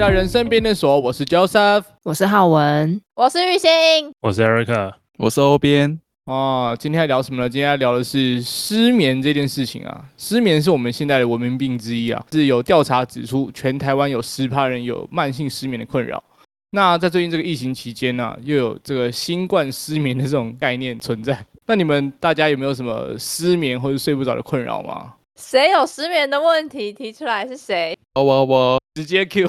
到人生辩论所，我是 Joseph。我是浩文，我是玉兴，我是 Erica，我是欧边，哦，今天要聊什么呢？今天要聊的是失眠这件事情啊。失眠是我们现在的文明病之一啊，是有调查指出，全台湾有十趴人有慢性失眠的困扰。那在最近这个疫情期间呢、又有这个新冠失眠的这种概念存在。那你们大家有没有什么失眠或者睡不着的困扰吗？谁有失眠的问题提出来是谁？哦哇哇，直接 Q，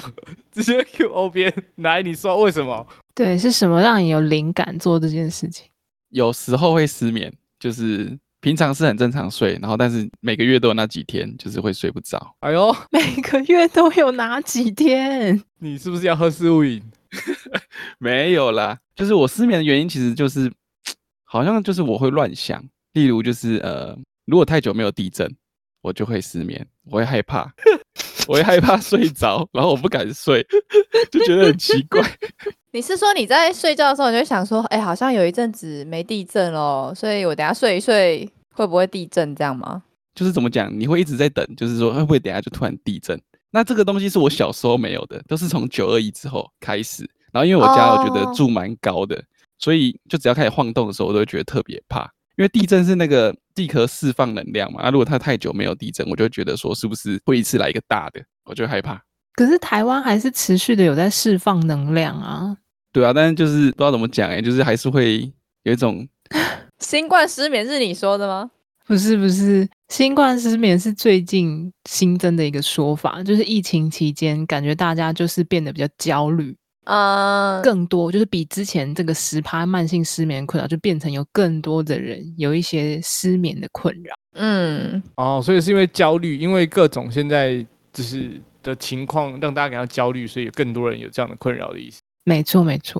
直接 Q 欧边来，你说为什么？对，是什么让你有灵感做这件事情？有时候会失眠，就是平常是很正常睡，然后但是每个月都有那几天就是会睡不着。哎呦，每个月都有哪几天？你是不是要喝四物饮？没有啦，就是我失眠的原因其实就是好像就是我会乱想，例如就是呃，如果太久没有地震，我就会失眠，我会害怕， 我会害怕睡着，然后我不敢睡， 就觉得很奇怪。你是说你在睡觉的时候，你就想说，哎、好像有一阵子没地震哦，所以我等下睡一睡会不会地震这样吗？就是怎么讲，你会一直在等，就是说会不会等下就突然地震？那这个东西是我小时候没有的，都是从九二一之后开始。然后因为我家我觉得哦住蛮高的所以就只要开始晃动的时候，我都会觉得特别怕。因为地震是那个地壳释放能量嘛，那如果它太久没有地震，我就会觉得说是不是会一次来一个大的，我就会害怕。可是台湾还是持续的有在释放能量啊。对啊，但是就是不知道怎么讲哎、就是还是会有一种新冠失眠是你说的吗？不是不是，新冠失眠是最近新增的一个说法，就是疫情期间感觉大家就是变得比较焦虑，嗯，更多就是比之前这个十趴慢性失眠困扰，就变成有更多的人有一些失眠的困扰。嗯，哦，所以是因为焦虑，因为各种现在就是的情况让大家感到焦虑，所以有更多人有这样的困扰的意思。没错没错，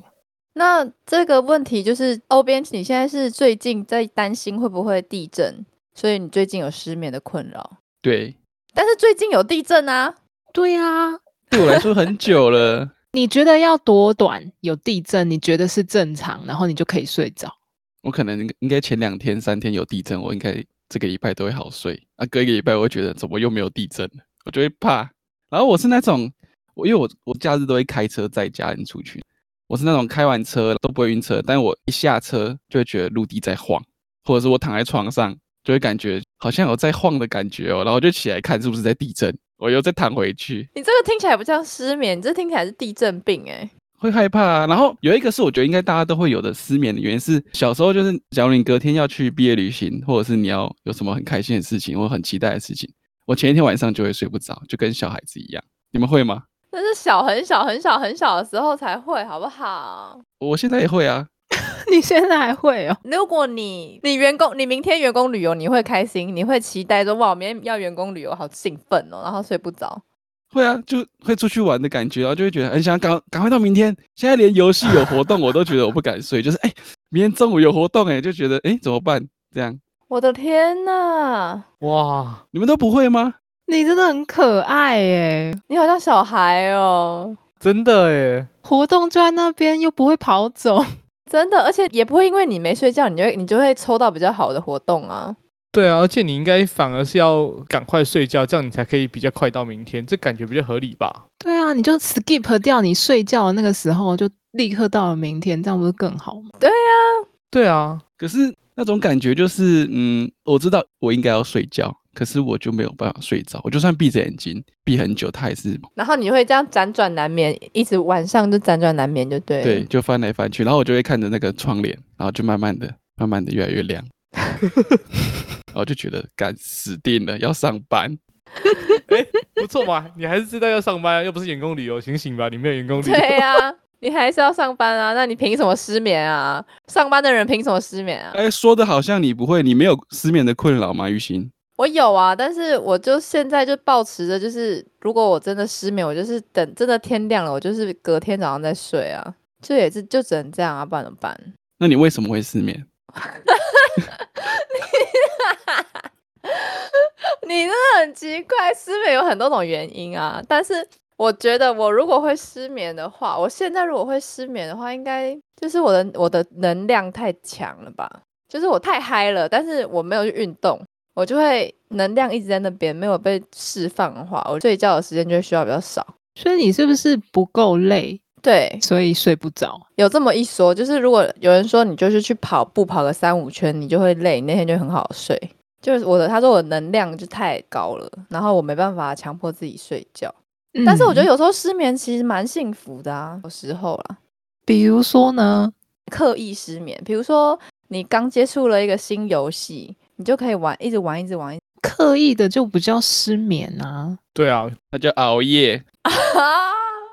那这个问题就是欧边，你现在是最近在担心会不会地震，所以你最近有失眠的困扰。对但是最近有地震啊，对啊，对我来说很久了。你觉得要多短有地震，你觉得是正常，然后你就可以睡着。 我可能应该前两天、三天有地震，我应该这个礼拜都会好睡。啊，隔一个礼拜我会觉得怎么又没有地震了，我就会怕。然后我是那种，我因为我我假日都会开车载家人出去，我是那种开完车都不会晕车，但我一下车就会觉得陆地在晃，或者是我躺在床上就会感觉好像有在晃的感觉哦，然后我就起来看是不是在地震，我又再躺回去，你这个听起来不像失眠，你这听起来是地震病哎、会害怕啊。然后有一个是我觉得应该大家都会有的失眠的原因是，小时候就是，假如你隔天要去毕业旅行，或者是你要有什么很开心的事情或很期待的事情，我前一天晚上就会睡不着，就跟小孩子一样。你们会吗？那是小很小很小很小的时候才会，好不好？我现在也会啊，你现在还会哦？如果你你员工，你明天员工旅游，你会开心，你会期待说哇，我明天要员工旅游，好兴奋哦，然后睡不着。会啊，就会出去玩的感觉，然后啊就会觉得哎很想赶赶快到明天。现在连游戏有活动我都觉得我不敢睡，就是哎、明天中午有活动哎、就觉得哎、怎么办？这样我的天呐，哇，你们都不会吗？你真的很可爱耶！你好像小孩哦，真的耶！活动就在那边，又不会跑走。 真的，而且也不会因为你没睡觉，你就会你就会抽到比较好的活动啊。对啊，而且你应该反而是要赶快睡觉，这样你才可以比较快到明天，这感觉比较合理吧？对啊，你就 skip 掉你睡觉的那个时候，就立刻到了明天，这样不是更好吗？对啊，可是那种感觉就是，嗯，我知道我应该要睡觉，可是我就没有办法睡着。我就算闭着眼睛闭很久，它还是然后你会这样辗转难眠，一直晚上就辗转难眠，就对。对，，就翻来翻去。然后我就会看着那个窗帘，然后就慢慢的、慢慢的越来越亮，然后就觉得干死定了，要上班。不错嘛，你还是知道要上班啊，又不是员工旅游，醒醒吧，你没有员 工旅游。对呀、你还是要上班啊，那你凭什么失眠啊？上班的人凭什么失眠啊？哎，说的好像你不会，你没有失眠的困扰吗？于心，我有啊，但是我就现在就保持着，就是如果我真的失眠，我就是等真的天亮了，我就是隔天早上再睡啊，就也是就只能这样啊，不然怎么办？ 那你为什么会失眠？你真的很奇怪，失眠有很多种原因啊，但是我觉得我如果会失眠的话，我现在如果会失眠的话，应该就是我的我的能量太强了吧，就是我太嗨了，但是我没有去运动，我就会能量一直在那边，没有被释放的话，我睡觉的时间就会需要比较少。所以你是不是不够累，对，所以睡不着？有这么一说，就是如果有人说你就是去跑步跑个三五圈，你就会累，你那天就会很好睡。就是我的，他说我能量就太高了，然后我没办法强迫自己睡觉。但是我觉得有，有时候失眠其实蛮幸福的啊，有时候啦，比如说呢，刻意失眠，比如说你刚接触了一个新游戏，你就可以玩，一直玩，一直玩。一直刻意的就不叫失眠啊。对啊，那就熬夜。啊，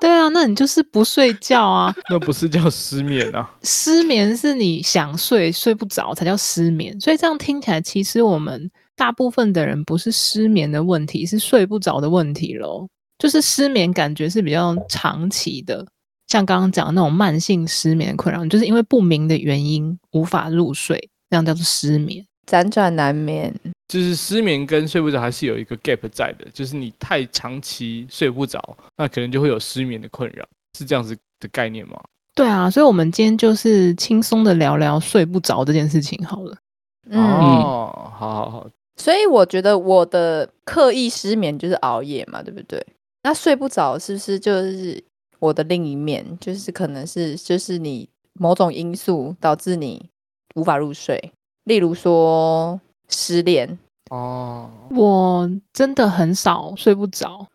对啊，那你就是不睡觉啊。那不是叫失眠啊，失眠是你想睡睡不着才叫失眠，所以这样听起来，其实我们大部分的人不是失眠的问题，是睡不着的问题咯。就是失眠感觉是比较长期的，像刚刚讲的那种慢性失眠的困扰，你就是因为不明的原因无法入睡，这样叫做失眠。辗转难眠。 就是失眠跟睡不着还是有一个 gap 在的，就是你太长期睡不着，那可能就会有失眠的困扰，是这样子的概念吗？对啊，所以我们今天就是轻松的聊聊睡不着这件事情好了。嗯，哦，好好好，所以我觉得我的刻意失眠就是熬夜嘛，对不对？那睡不着是不是就是我的另一面？就是可能是就是你某种因素导致你无法入睡，例如说失恋。哦，我真的很少睡不着，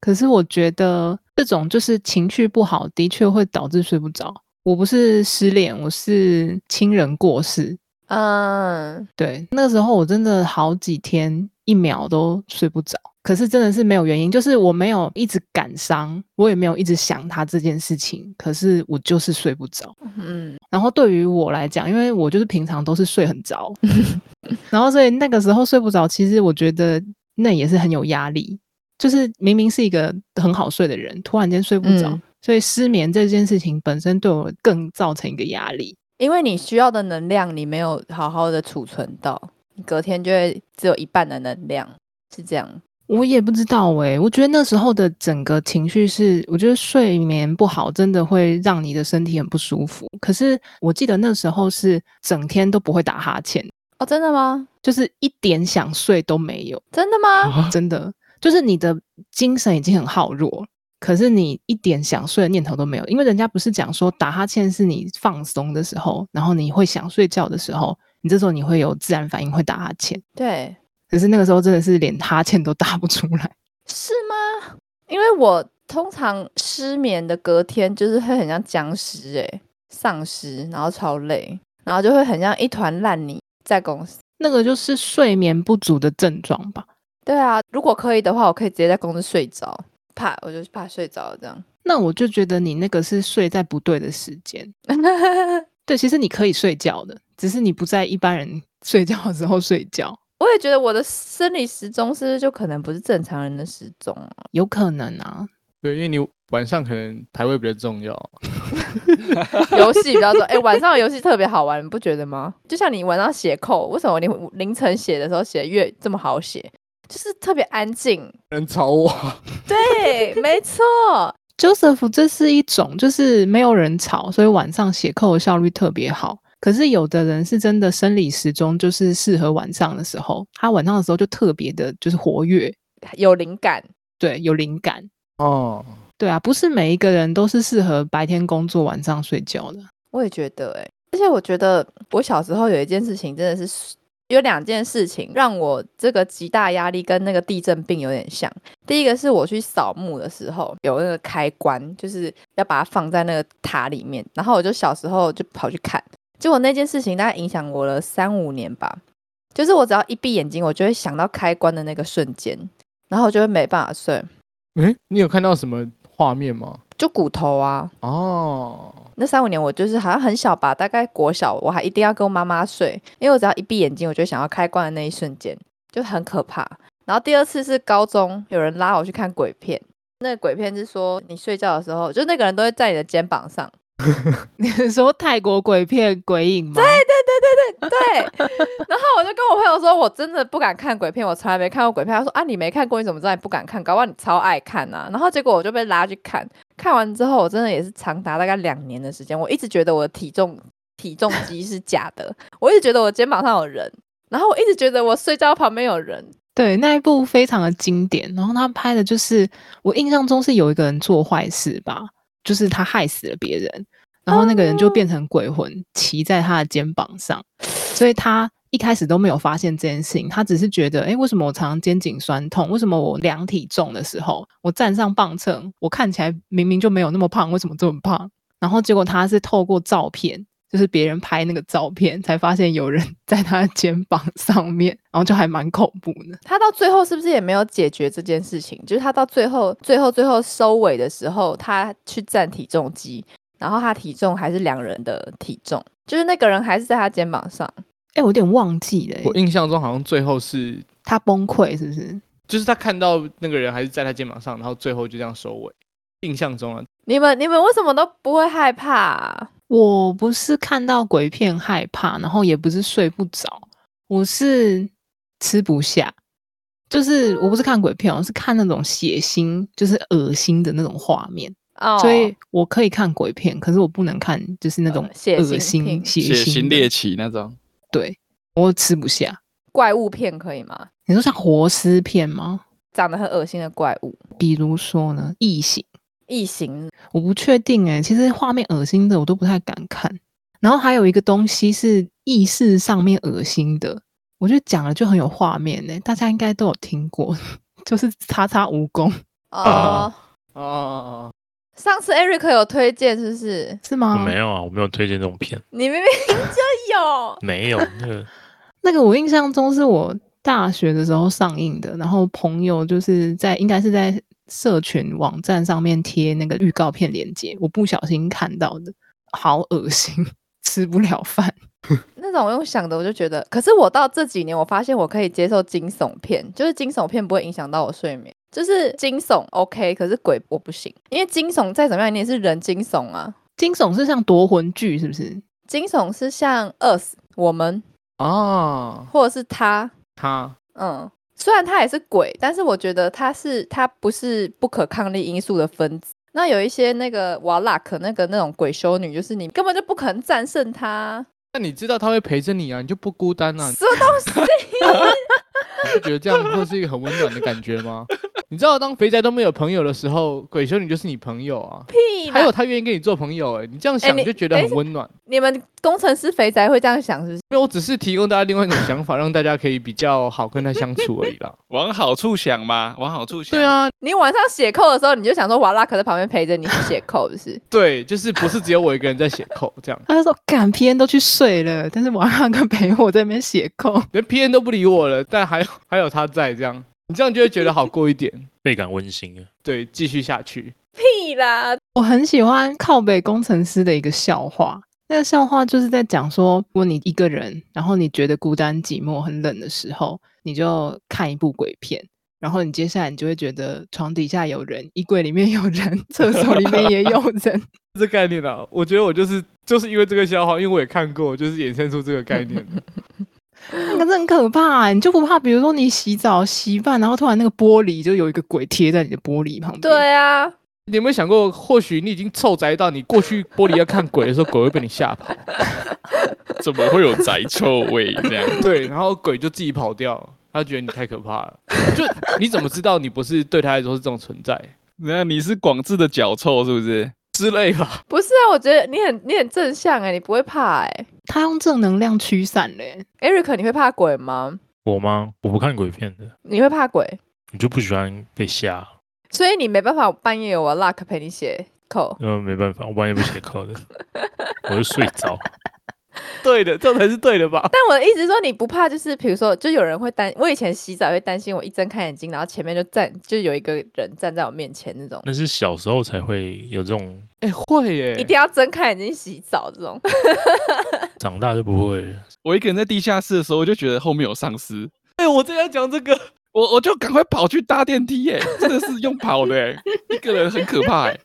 可是我觉得这种就是情绪不好，的确会导致睡不着。我不是失恋，我是亲人过世。嗯，对，那时候我真的好几天一秒都睡不着，可是真的是没有原因，就是我没有一直感伤，我也没有一直想他这件事情，可是我就是睡不着。嗯，然后对于我来讲，因为我就是平常都是睡很着， 然后所以那个时候睡不着，其实我觉得那也是很有压力。就是明明是一个很好睡的人，突然间睡不着，嗯所以失眠这件事情本身对我更造成一个压力。因为你需要的能量你没有好好的储存到，你隔天就会只有一半的能量，是这样。我也不知道诶、我觉得那时候的整个情绪是，我觉得睡眠不好真的会让你的身体很不舒服。可是我记得那时候是整天都不会打哈欠，哦，真的吗？就是一点想睡都没有。真的吗？啊真的就是你的精神已经很耗弱，可是你一点想睡的念头都没有，因为人家不是讲说打哈欠是你放松的时候，然后你会想睡觉的时候，你这时候你会有自然反应会打哈欠，对，可是那个时候真的是连哈欠都打不出来。是吗？因为我通常失眠的隔天就是会很像僵尸哎、丧尸，然后超累，然后就会很像一团烂泥在公司。那个就是睡眠不足的症状吧？对啊，如果可以的话，我可以直接在公司睡着，怕我就是怕睡着这样。 那我就觉得你那个是睡在不对的时间。对，其实你可以睡觉的，只是你不在一般人睡觉的时候睡觉，我也觉得我的生理时钟是不是就可能不是正常人的时钟啊？有可能啊。对，因为你晚上可能排位比较重要，游戏比较多，哎、晚上的游戏特别好玩，你不觉得吗？就像你晚上写扣，为什么你凌晨写的时候写越这么好写？就是特别安静，人吵我，对，没错， Joseph，这是一种，就是没有人吵，所以晚上写扣的效率特别好。可是有的人是真的生理时钟就是适合晚上的时候，他晚上的时候就特别的，就是活跃，有灵感。对，有灵感。哦，对啊，不是每一个人都是适合白天工作晚上睡觉的。 我也觉得、欸，哎，而且我觉得我小时候有一件事情，真的是有两件事情让我这个极大压力跟那个地震病有点像。第一个是我去扫墓的时候，有那个开关，就是要把它放在那个塔里面，然后我就小时候就跑去看，结果那件事情大概影响我了三五年吧。就是我只要一闭眼睛，我就会想到开关的那个瞬间，然后我就会没办法睡，诶，你有看到什么画面吗？就骨头啊，哦，那三五年我就是好像很小吧，大概国小，我还一定要跟我妈妈睡，因为我只要一闭眼睛，我就想要开关的那一瞬间就很可怕。然后第二次是高中，有人拉我去看鬼片，那个鬼片是说你睡觉的时候，就那个人都会在你的肩膀上，你是说泰国鬼片鬼影吗？对。然后我就跟我朋友说，我真的不敢看鬼片，我从来没看过鬼片。他说啊，你没看过，你怎么知道你不敢看？搞不好你超爱看啊。然后结果我就被拉去看，看完之后，我真的也是长达大概两年的时间，我一直觉得我的体重体重机是假的，我一直觉得我肩膀上有人，然后我一直觉得我睡觉旁边有人。对，那一部非常的经典。然后他拍的就是我印象中是有一个人做坏事吧，就是他害死了别人，然后那个人就变成鬼魂，骑在他的肩膀上，所以他。一开始都没有发现这件事情，他只是觉得，哎、为什么我常常肩颈酸痛？为什么我量体重的时候，我站上磅秤，我看起来明明就没有那么胖，为什么这么胖？然后结果他是透过照片，就是别人拍那个照片，才发现有人 在他的肩膀上面，然后就还蛮恐怖的。他到最后是不是也没有解决这件事情？就是他到最后、最后、最后收尾的时候，他去站体重机，然后他体重还是两人的体重，就是那个人还是在他肩膀上。哎、我有点忘记了、欸我印象中好像最后是，他崩溃是不是？就是他看到那个人还是在他肩膀上，然后最后就这样收尾。印象中啊，你们、你们为什么都不会害怕啊、我不是看到鬼片害怕，然后也不是睡不着，我是吃不下。就是我不是看鬼片哦，我是看那种血腥，就是恶心的那种画面，哦，所以我可以看鬼片，可是我不能看就是那种呃血恶腥心、片血血腥的腥猎奇那种，对，我吃不下。怪物片可以吗？你说像活尸片吗？长得很恶心的怪物，比如说呢，《异形》，异形我不确定哎、其实画面恶心的我都不太敢看。然后还有一个东西是意识上面恶心的，我觉得讲了就很有画面呢、大家应该都有听过， 就是叉叉蜈蚣哦啊。哦哦上次 Eric 有推荐是不是？是吗？没有啊，我没有推荐这种片，你明明 就有，没有那个那个我印象中是我大学的时候上映的，然后朋友就是在应该是在社群网站上面贴那个预告片链接，我不小心看到的，好恶心， 吃不了饭。那种用想的，我就觉得。可是我到这几年，我发现我可以接受惊悚片，就是惊悚片不会影响到我睡眠，就是惊悚 OK，可是鬼我不行，因为惊悚再怎么样你也是人惊悚啊，惊悚是像夺魂剧是不是？惊悚是像 Us 我们哦哦，或者是他，他嗯，虽然他也是鬼，但是我觉得他是他不是不可抗力因素的分子。那有一些那个瓦拉克那个那种鬼修女，就是你根本就不可能战胜他啊，那你知道他会陪着你啊，你就不孤单 啊，什么东你不西？觉得这样会是一个很温暖的感觉吗？你知道，当肥宅都没有朋友的时候，鬼修女就是你朋友啊，屁啦还有他愿意跟你做朋友、哎，你这样想你就觉得很温暖。你们工程师肥宅会这样想是不是？没有，我只是提供大家另外一种想 法，让大家可以比较好跟他相处而已 啦。往好处想嘛，往好处想。对，啊，你晚上写扣的时候，你就想说瓦拉可在旁边陪着你去写扣，是不是？对，就是不是只有我一个人在写扣这样，他就说：“干，皮恩都去睡了，但是我让他陪我在那边写扣。连 P N 都不理我了，但还有还有他在这样，你这样就会觉得好过一点。倍感温馨啊。对，继续下去。 屁啦！” 我很喜欢靠北工程师的一个笑话，那个笑话就是在讲说，如果你一个人，然后你觉得孤单寂寞很冷的时候，你就看一部鬼片，然后你接下来你就会觉得床底下有人，衣柜里面有人，厕所里面也有人。 这概念啊，我觉得我就是就是因为这个笑话，因为我也看过，就是衍生出这个概念。 那个真的很可怕、你就不怕？比如说你洗澡洗一半，然后突然那个玻璃就有一个鬼贴在你的玻璃旁边。对啊，你有没有想过，或许你已经臭宅到你过去玻璃要看鬼的时候，鬼会被你吓跑，怎么会有宅臭味 这样？对，然后鬼就自己跑掉，他觉得你太可怕了。就你怎么知道你不是对他来说是这种存在那你是广智的脚臭是不是？之类吧？不是啊，我觉得你很你很正向哎、你不会怕哎、他用正能量驱散嘞、 Eric，你会怕鬼吗？我吗？我不看鬼片的，你会怕鬼，你就不喜欢被吓，所以你没办法半夜有瓦拉可陪你写扣。因为没办法，我半夜不写扣的，我就睡着。 对的，这才是对的吧？但我的意思是说，你不怕，就是比如说，就有人会担，我以前洗澡会担心，我一睁开眼睛，然后前面就站，就有一个人站在我面前那种，那是小时候才会有这种， 哎、会耶、一定要睁开眼睛洗澡这种。长大就不会了。我一个人在地下室的时候，我就觉得后面有丧尸，哎、我正要讲这个，我我就赶快跑去搭电梯耶、真的是用跑的、 欸，一个人很可怕、欸。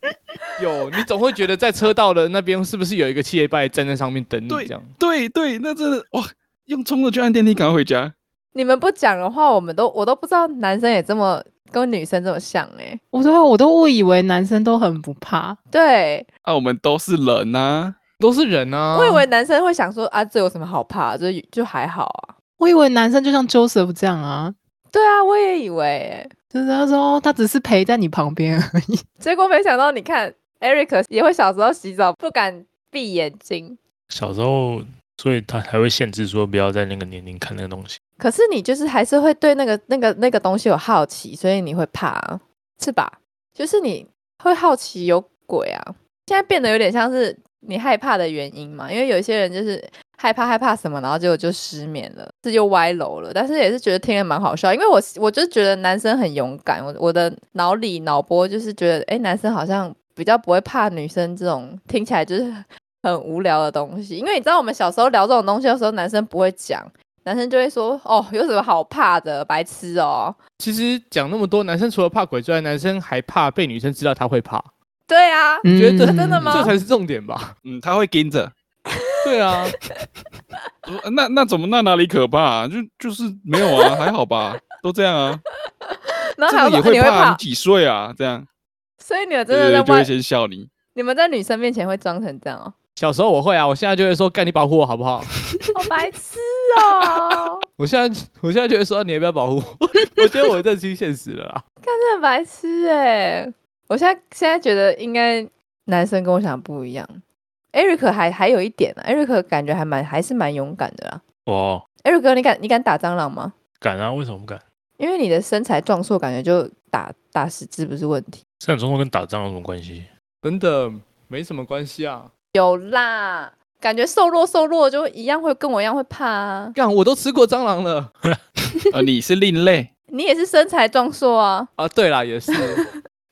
有你总会觉得在车道的那边是不是有一个企业拜站在上面等你对这样？对对，那真的哇，用冲的去按电梯，赶快回家。你们不讲的话，我们都我都不知道男生也这么跟女生这么像哎、我说我都误以为男生都很不怕，对，啊，我们都是人呐、都是人啊。我以为男生会想说啊，这有什么好怕？这就还好啊。我以为男生就像 Joseph 这样啊，对啊，我也以为欸，就是他说他只是陪在你旁边而已。结果没想到，你看 Eric 也会小时候洗澡不敢闭眼睛，小时候，所以他还会限制说不要在那个年龄看那个东西。可是你就是还是会对那个那个那个东西有好奇，所以你会怕啊，是吧？就是你会好奇有鬼啊。现在变得有点像是你害怕的原因嘛，因为有一些人就是害怕害怕什么，然后结果就失眠了，这就歪楼了。但是也是觉得听了蛮好笑，因为我我就觉得男生很勇敢，我我的脑里脑波就是觉得，哎，男生好像比较不会怕女生这种听起来就是很无聊的东西，因为你知道我们小时候聊这种东西的时候，男生不会讲。男生就会说：“哦，有什么好怕的？白痴哦！其实讲那么多，男生除了怕鬼之外，男生还怕被女生知道他会怕，对啊，觉嗯得真的吗这才是重点吧？嗯，他会跟着。 对啊，我说呃那那怎么那哪里可怕、啊？就就是没有啊，还好吧，都这样啊。然后还这有个也说你会会怕，怕你，几岁啊？这样，所以你们真对的对在对，就外会，先笑你。你们在女生面前会装成这样 哦，小时候我会啊，我现在就会说干你保护我好不好？好白痴 哦，我现在我现在就会说你要不要保护我？ 我觉得我认清现实了啦。真的很白痴哎！我现在现在觉得应该男生跟我想的不一样。Eric 还还有一点啊，Eric 感觉还蛮还是蛮勇敢的啦。哦， Eric，你敢你敢打蟑螂吗？敢啊？为什么不敢？因为你的身材壮硕，感觉就打打十只不是问题。生产冲动跟打仗有什么关系？真的没什么关系啊，有啦，感觉瘦弱瘦弱就一样会跟我一样会怕啊。干我都吃过蟑螂了呃，你是另类，你也是身材壮硕啊，啊。对啦， 也是，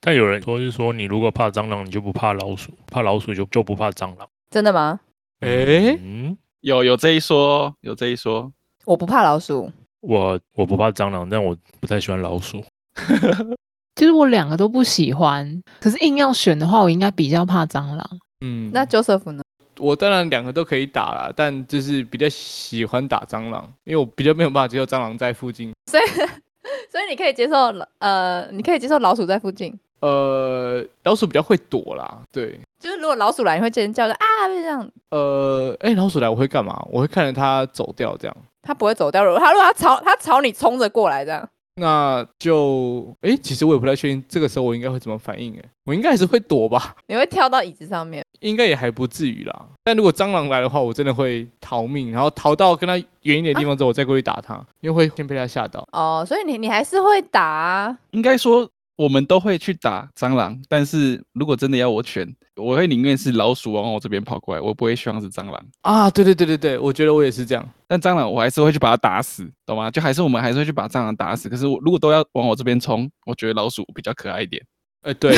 但有人说是说你如果怕蟑螂，你就不怕老鼠；怕老鼠就就不怕蟑螂。真的吗？诶嗯，有有这一说，哦有这一说。我不怕老鼠，我我嗯不怕蟑螂，但我不太喜欢老鼠。其实我两个都不喜欢，可是硬要选的话，我应该比较怕蟑螂。嗯，那 Joseph 呢？我当然两个都可以打啦，但就是比较喜欢打蟑螂，因为我比较没有办法接受蟑螂在附近。所以，所以你可以接受老呃，你可以接受老鼠在附近，呃，老鼠比较会躲啦，对。就是如果老鼠来，你会尖叫的啊，这样。呃，哎、老鼠来我会干嘛？我会看着它走掉这样。它不会走掉，如果它如果它朝它朝你冲着过来，这样那就，哎、其实我也不太确定这个时候我应该会怎么反应、诶我应该还是会躲吧，你会跳到椅子上面。应该也还不至于啦。但如果蟑螂来的话，我真的会逃命，然后逃到跟它远一点的地方之后，我再过去打它，因为会先被它吓到。哦，所以你你还是会打、啊，应该说我们都会去打蟑螂，但是如果真的要我选，我会宁愿是老鼠往我这边跑过来，我不会希望是蟑螂。啊，对对对对对，我觉得我也是这样。但蟑螂我还是会去把它打死，懂吗？就还是我们还是会去把蟑螂打死。可是我如果都要往我这边冲，我觉得老鼠比较可爱一点。哎、 对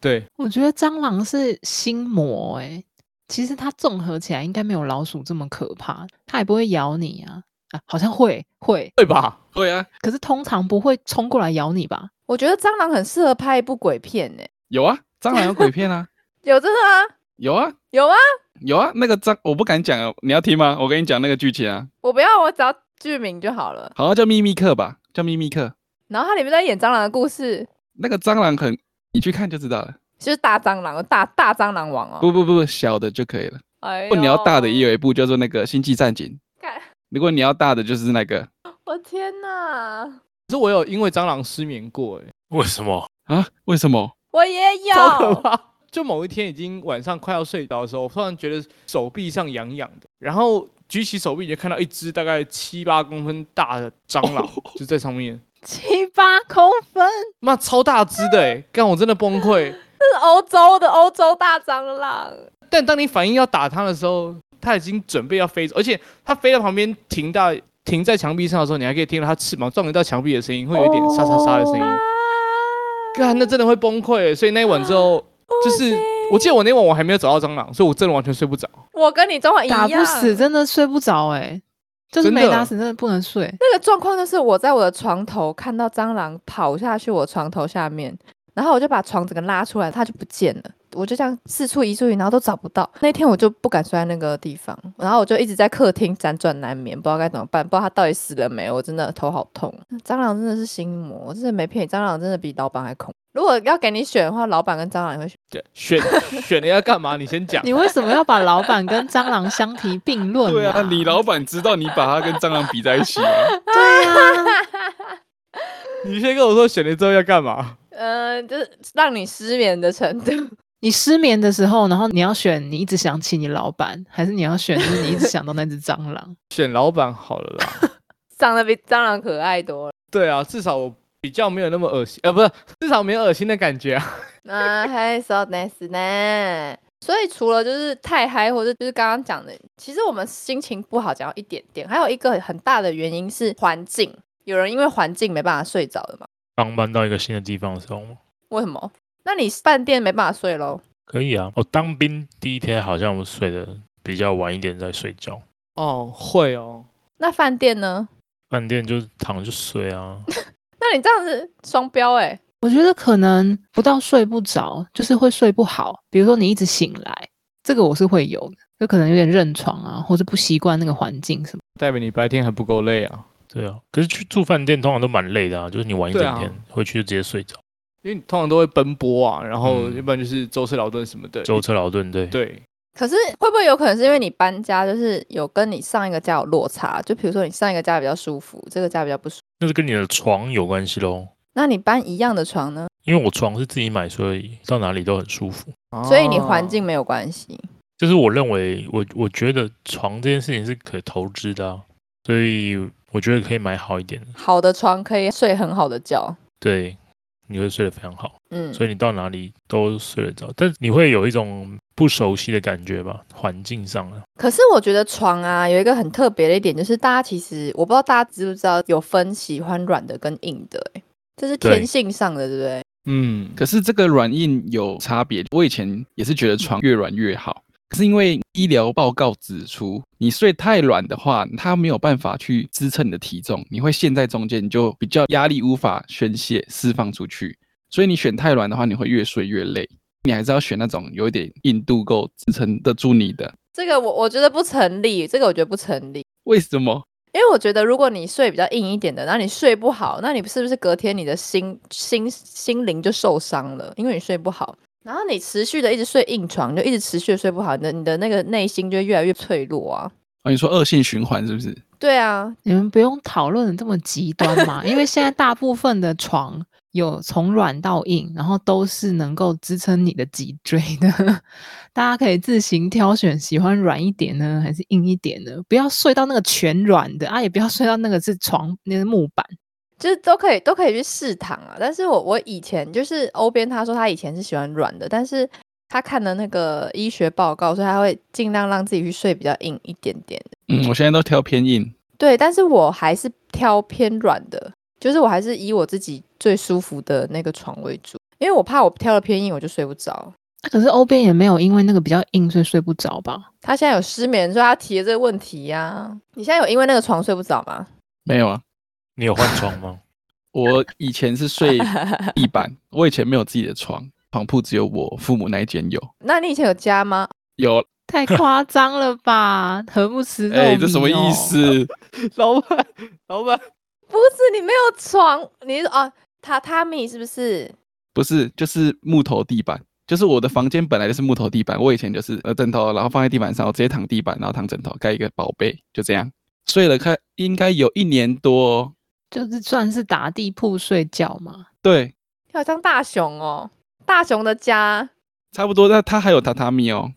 对，我觉得蟑螂是心魔哎、其实它综合起来应该没有老鼠这么可怕，它也不会咬你啊啊，好像会会，对吧？对啊，可是通常不会冲过来咬你吧？我觉得蟑螂很适合拍一部鬼片呢、有啊，蟑螂有鬼片啊，有真的啊，有啊，有啊，有啊。那个蟑我不敢讲哦，你要听吗？我跟你讲那个剧情啊，我不要，我只要剧名就好了。好像叫秘密课吧，叫秘密课。然后它里面在演蟑螂的故事，那个蟑螂很，你去看就知道了。就是大蟑螂，大大蟑螂王哦。不不不，小的就可以了。哎如果你要大的，也呦有一部叫做那个《星际战警》干。如果你要大的，就是那个我天哪，可是我有因为蟑螂失眠过、诶为什么？啊？为什么？我也有，超可怕。就某一天已经晚上快要睡着的时候，我突然觉得手臂上痒痒的，然后举起手臂，你就看到一只大概七八公分大的蟑 螂就在上面，七八公分，妈超大只的哎、干我真的崩溃。是欧洲的欧洲大蟑螂，但当你反应要打它的时候，它已经准备要飞走，而且它飞到旁边停到停在墙壁上的时候，你还可以听到它翅膀撞击到墙壁的声音，会有一点沙沙沙的声音。啊干，那真的会崩溃欸。所以那一晚之后，就是我记得我那晚我还没有找到蟑螂，所以我真的完全睡不着。我跟你状况一打样，不死，真的睡不着哎、就是没真的打死真的不能睡。那个状况就是我在我的床头看到蟑螂跑下去我床头下面，然后我就把床整个拉出来，它就不见了。我就这样四处移注意，然后都找不到。那天我就不敢睡在那个地方，然后我就一直在客厅辗转难眠，不知道该怎么办，不知道它到底死了没。我真的头好痛，啊蟑螂真的是心魔，我真的没骗你，蟑螂真的比老板还恐怖。如果要给你选的话，老板跟蟑螂你会选？对，选 选了要干嘛？你先讲。 你为什么要把老板跟蟑螂相提并论、啊啊对啊，你老板知道你把它跟蟑螂比在一起吗？对啊，你先跟我说选了之后要干嘛？嗯，就是让你失眠的程度。 你失眠的时候，然后你要选你一直想起你老板，还是你要选就是你一直想到那只蟑螂？ 选老板好了啦。 长得比蟑螂可爱多了。对啊，至少我比较没有那么恶心，呃，不是，至少没有恶心的感觉啊。啊，还 so nice 呢。所以除了就是太嗨，或者就是刚刚讲的，其实我们心情不好，讲到一点点，还有一个很大的原因是环境。有人因为环境没办法睡着的嘛？刚搬到一个新的地方的时候吗？为什么？那你饭店没办法睡喽？可以啊。我、当兵第一天好像我睡得比较晚一点再睡觉，哦，会哦，那饭店呢？饭店就躺着就睡啊。那你这样子双标哎、我觉得可能不到睡不着，就是会睡不好。比如说你一直醒来，这个我是会有的，就可能有点认床啊，或是不习惯那个环境什么。代表你白天还不够累啊，对啊，可是去住饭店通常都蛮累的啊，就是你玩一整对啊天、回去就直接睡着。因为你通常都会奔波啊，然后嗯要不然就是舟车劳顿什么的。舟车劳顿，对，对，可是会不会有可能是因为你搬家，就是有跟你上一个家有落差？就比如说你上一个家比较舒服，这个家比较不舒服。那是跟你的床有关系喽。那你搬一样的床呢？因为我床是自己买，所以到哪里都很舒服。所以你环哦境没有关系。就是我认为，我我觉得床这件事情是可投资的、啊，所以我觉得可以买好一点的。好的床可以睡很好的觉。对，你会睡得非常好，嗯，所以你到哪里都睡得着，但是你会有一种不熟悉的感觉吧，环境上啊。可是我觉得床啊有一个很特别的一点，就是大家其实我不知道大家知不知道有分喜欢软的跟硬的、欸，这是对天性上的，对不对？嗯， 可是这个软硬有差别，我以前也是觉得床越软越好，可是因为医疗报告指出，你睡太软的话，它没有办法去支撑你的体重，你会陷在中间，你就比较压力无法宣泄释放出去，所以你选太软的话，你会越睡越累。你还是要选那种有一点硬度够支撑得住你的。这个我我觉得不成立，这个我觉得不成立，为什么？因为我觉得如果你睡比较硬一点的，那你睡不好，那你是不是隔天你的心心心灵就受伤了？因为你睡不好，然后你持续的一直睡硬床，就一直持续的睡不好，你的你的那个内心就会越来越脆弱啊。哦，你说恶性循环是不是？对啊，你们不用讨论的这么极端嘛，因为现在大部分的床有从软到硬，然后都是能够支撑你的脊椎的。 大家可以自行挑选喜欢软一点呢，还是硬一点呢？不要睡到那个全软的啊，也不要睡到那个是床那个木板。就是都可以都可以去试躺啊。但是我我以前就是欧边他说他以前是喜欢软的，但是他看了那个医学报告，所以他会尽量让自己去睡比较硬一点点的。嗯，我现在都挑偏硬。对，但是我还是挑偏软的，就是我还是以我自己最舒服的那个床为主，因为我怕我挑了偏硬我就睡不着。啊可是欧边也没有因为那个比较硬所以睡不着吧？他现在有失眠，所以他提的这个问题呀、你现在有因为那个床睡不着吗？没有啊，你有换床吗？我以前是睡地 板，我以前没有自己的床，床铺只有我父母那一间有。那你以前有家吗？有， 太夸张了吧，何不食肉糜、哦？哎、这什么意？ 思？老板，老板，不是，你没有床，你是哦榻榻米是不是？不是，就是木头地板，就是我的房间本来就是木头地板，我以前就是呃枕头，然后放在地板上，我直接躺地板，然后躺枕头，盖一个薄被，就这样睡了开，应该有一年多哦、就是算是打地铺睡觉嘛。对，你好像大熊哦，大熊的家。差不多。那它还有榻榻 米哦，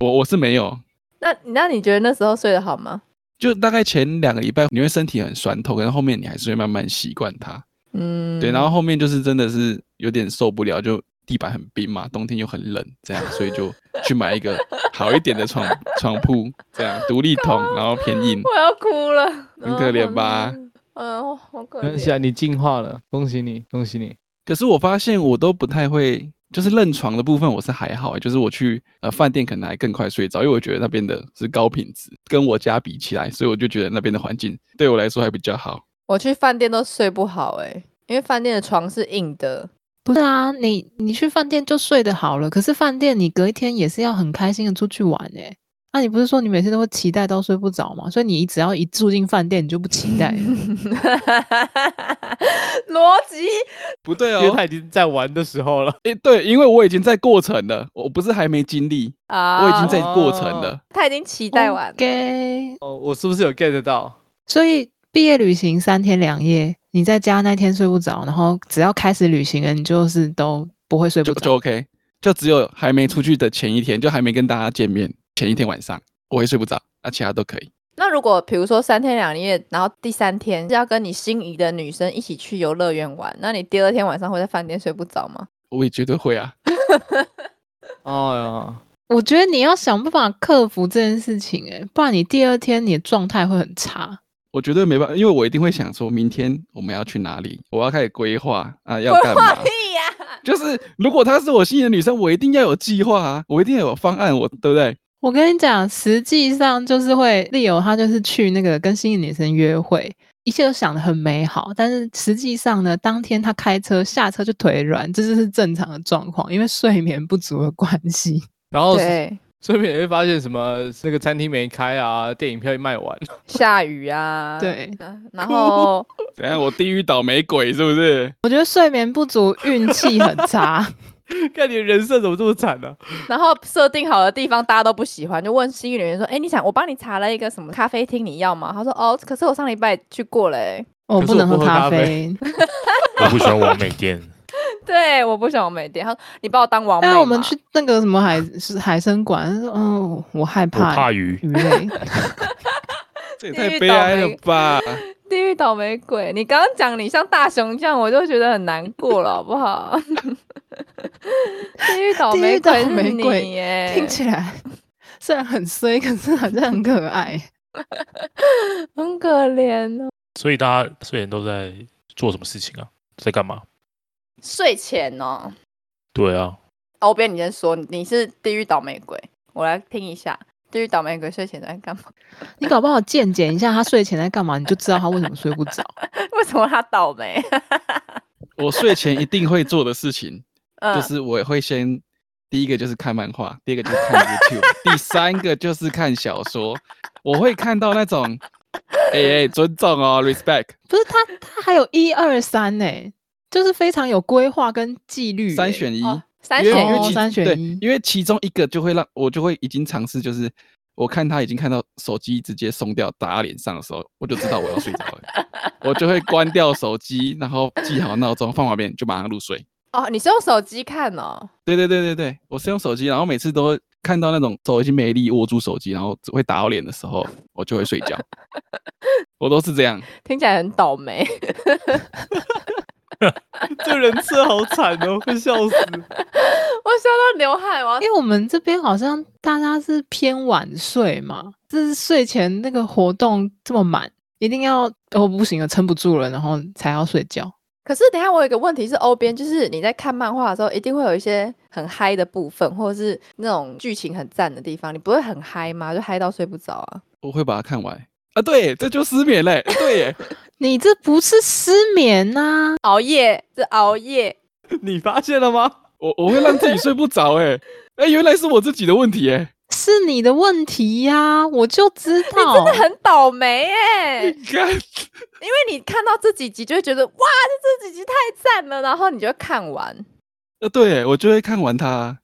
我我是没有，那那你觉得那时候睡得好吗？就大概前两个礼拜你会身体很酸痛，然后后面你还是会慢慢习惯它。嗯，对，然后后面就是真的是有点受不了，就地板很冰嘛，冬天又很冷，这样，所以就去买一个好一点的床床铺，这样独立筒，然后偏硬。我要哭了，很可怜吧？嗯，好可没关系怜。啊，你进化了，恭喜你，恭喜你。可是我发现我都不太会，就是认床的部分我是还好，就是我去呃饭店可能还更快睡着，因为我觉得那边的是高品质，跟我家比起来，所以我就觉得那边的环境对我来说还比较好。我去饭店都睡不好哎、因为饭店的床是硬的。 不是啊，你你去饭店就睡得好了，可是饭店你隔一天也是要很开心的出去玩哎、那、你不是说你每次都会期待到睡不着吗？所以你只要一住进饭店，你就不期待了。逻辑，不对因为哦，他已经在玩的时候了，诶，对，因为我已经在过程了，我不是还没经历，啊，我已经在哦过程哦了。他已经期待完了 OK，哦，我是不是有 get 到？所以毕业旅行三天两夜，你在家那天睡不着，然后只要开始旅行了，你就是都不会睡不就着就。OK，就只有还没出去的前一天，就还没跟大家见面前一天晚上，我会睡不着，那、其他都可以。那如果比如说三天两夜，然后第三天是要跟你心仪的女生一起去游乐园玩，那你第二天晚上会在饭店睡不着吗？我也绝对会啊，哦我觉得你要想办法克服这件事情、欸，不然你第二天你的状态会很差。我绝对没办法，因为我一定会想说，明天我们要去哪里，我要开始规划啊，要干嘛？屁呀、就是如果她是我心仪的女生，我一定要有计划啊，我一定要有方案，我对不对？我跟你讲，实际上就是会利友，他就是去那个跟心仪女生约会，一切都想得很美好，但是实际上呢，当天他开车下车就腿软，这就是正常的状况，因为睡眠不足的关系。然哦后对，顺便也会发现什么那个餐厅没开啊，电影票也卖完，下雨啊，对啊，然后 等一下我地狱倒霉鬼是不是？我觉得睡眠不足，运气很差。 看你的人设怎么这么惨啊呢、然后设定好的地方大家都不喜欢，就问心仪人员说：“哎，你想我帮你查了一个什么咖啡厅，你要吗？”他说：“哦，可是我上礼拜去过了、欸。可我是不能我不喝喝咖咖啡啡， 我不喜欢完美店，对，我不想我美店。他说：“你把我当王美。”但我们去那个什么海是海参馆，他说哦，我害我怕怕鱼。鱼类。这也地太狱悲倒哀了霉吧！地狱倒霉鬼。你刚刚讲你像大熊这样，我就觉得很难过了，好不好？ 地狱倒霉地狱鬼倒是霉鬼你耶，听起来 虽然很衰，可是好像很可爱。很可怜哦。所以大家睡前都在做什么事情啊？在干嘛？睡前哦，对啊，欧边你先说，你是地狱倒霉鬼，我来听一下。地狱倒霉鬼睡前在干嘛？你搞不好见解一下他睡前在干嘛，你就知道他为什么睡不着。 为什么他倒霉？我睡前一定会做的事情，嗯，就是我会先第一个就是看漫画，第二个就是看 YouTube，第三个就是看小说。我会看到那种，哎、哎、尊重哦，respect，不是他，他还有一二三呢，就是非常有规划跟纪律欸。三选一。哦三因为选因为哦其一，三选对一因为其中一个就会让我就会已经尝试，就是我看他已经看到手机直接松掉打他脸上的时候，我就知道我要睡着了，我就会关掉手机，然后记好闹钟放旁边，就马上入睡。哦，你是用手机看哦？ 对对对对对，我是用手机，然后每次都会看到那种手已经没力握住手机，然后只会打到脸的时候，我就会睡觉。我都是这样，听起来很倒霉。 这人设好惨哦， 快笑死！我笑到流汗，我要因为我们这边好像大家是偏晚睡嘛，就是睡前那个活动这么满，一定要哦不行了，撑不住了，然后才要睡觉。可是等一下我有一个问题是欧边，就是你在看漫画的时候，一定会有一些很嗨的部分，或者是那种剧情很赞的地方，你不会很嗨吗？就嗨到睡不着啊？我会把它看完啊。对，这就失眠嘞。对耶，你这不是失眠呐、熬夜，这熬夜，你发现了吗？我我会让自己睡不着哎。哎、原来是我自己的问题哎。是你的问题呀、我就知道真的。很倒霉哎、 因你看，为你看到这几集就会觉得哇，这这几集太赞了，然后你就会看完。呃，对耶，我就会看完它啊。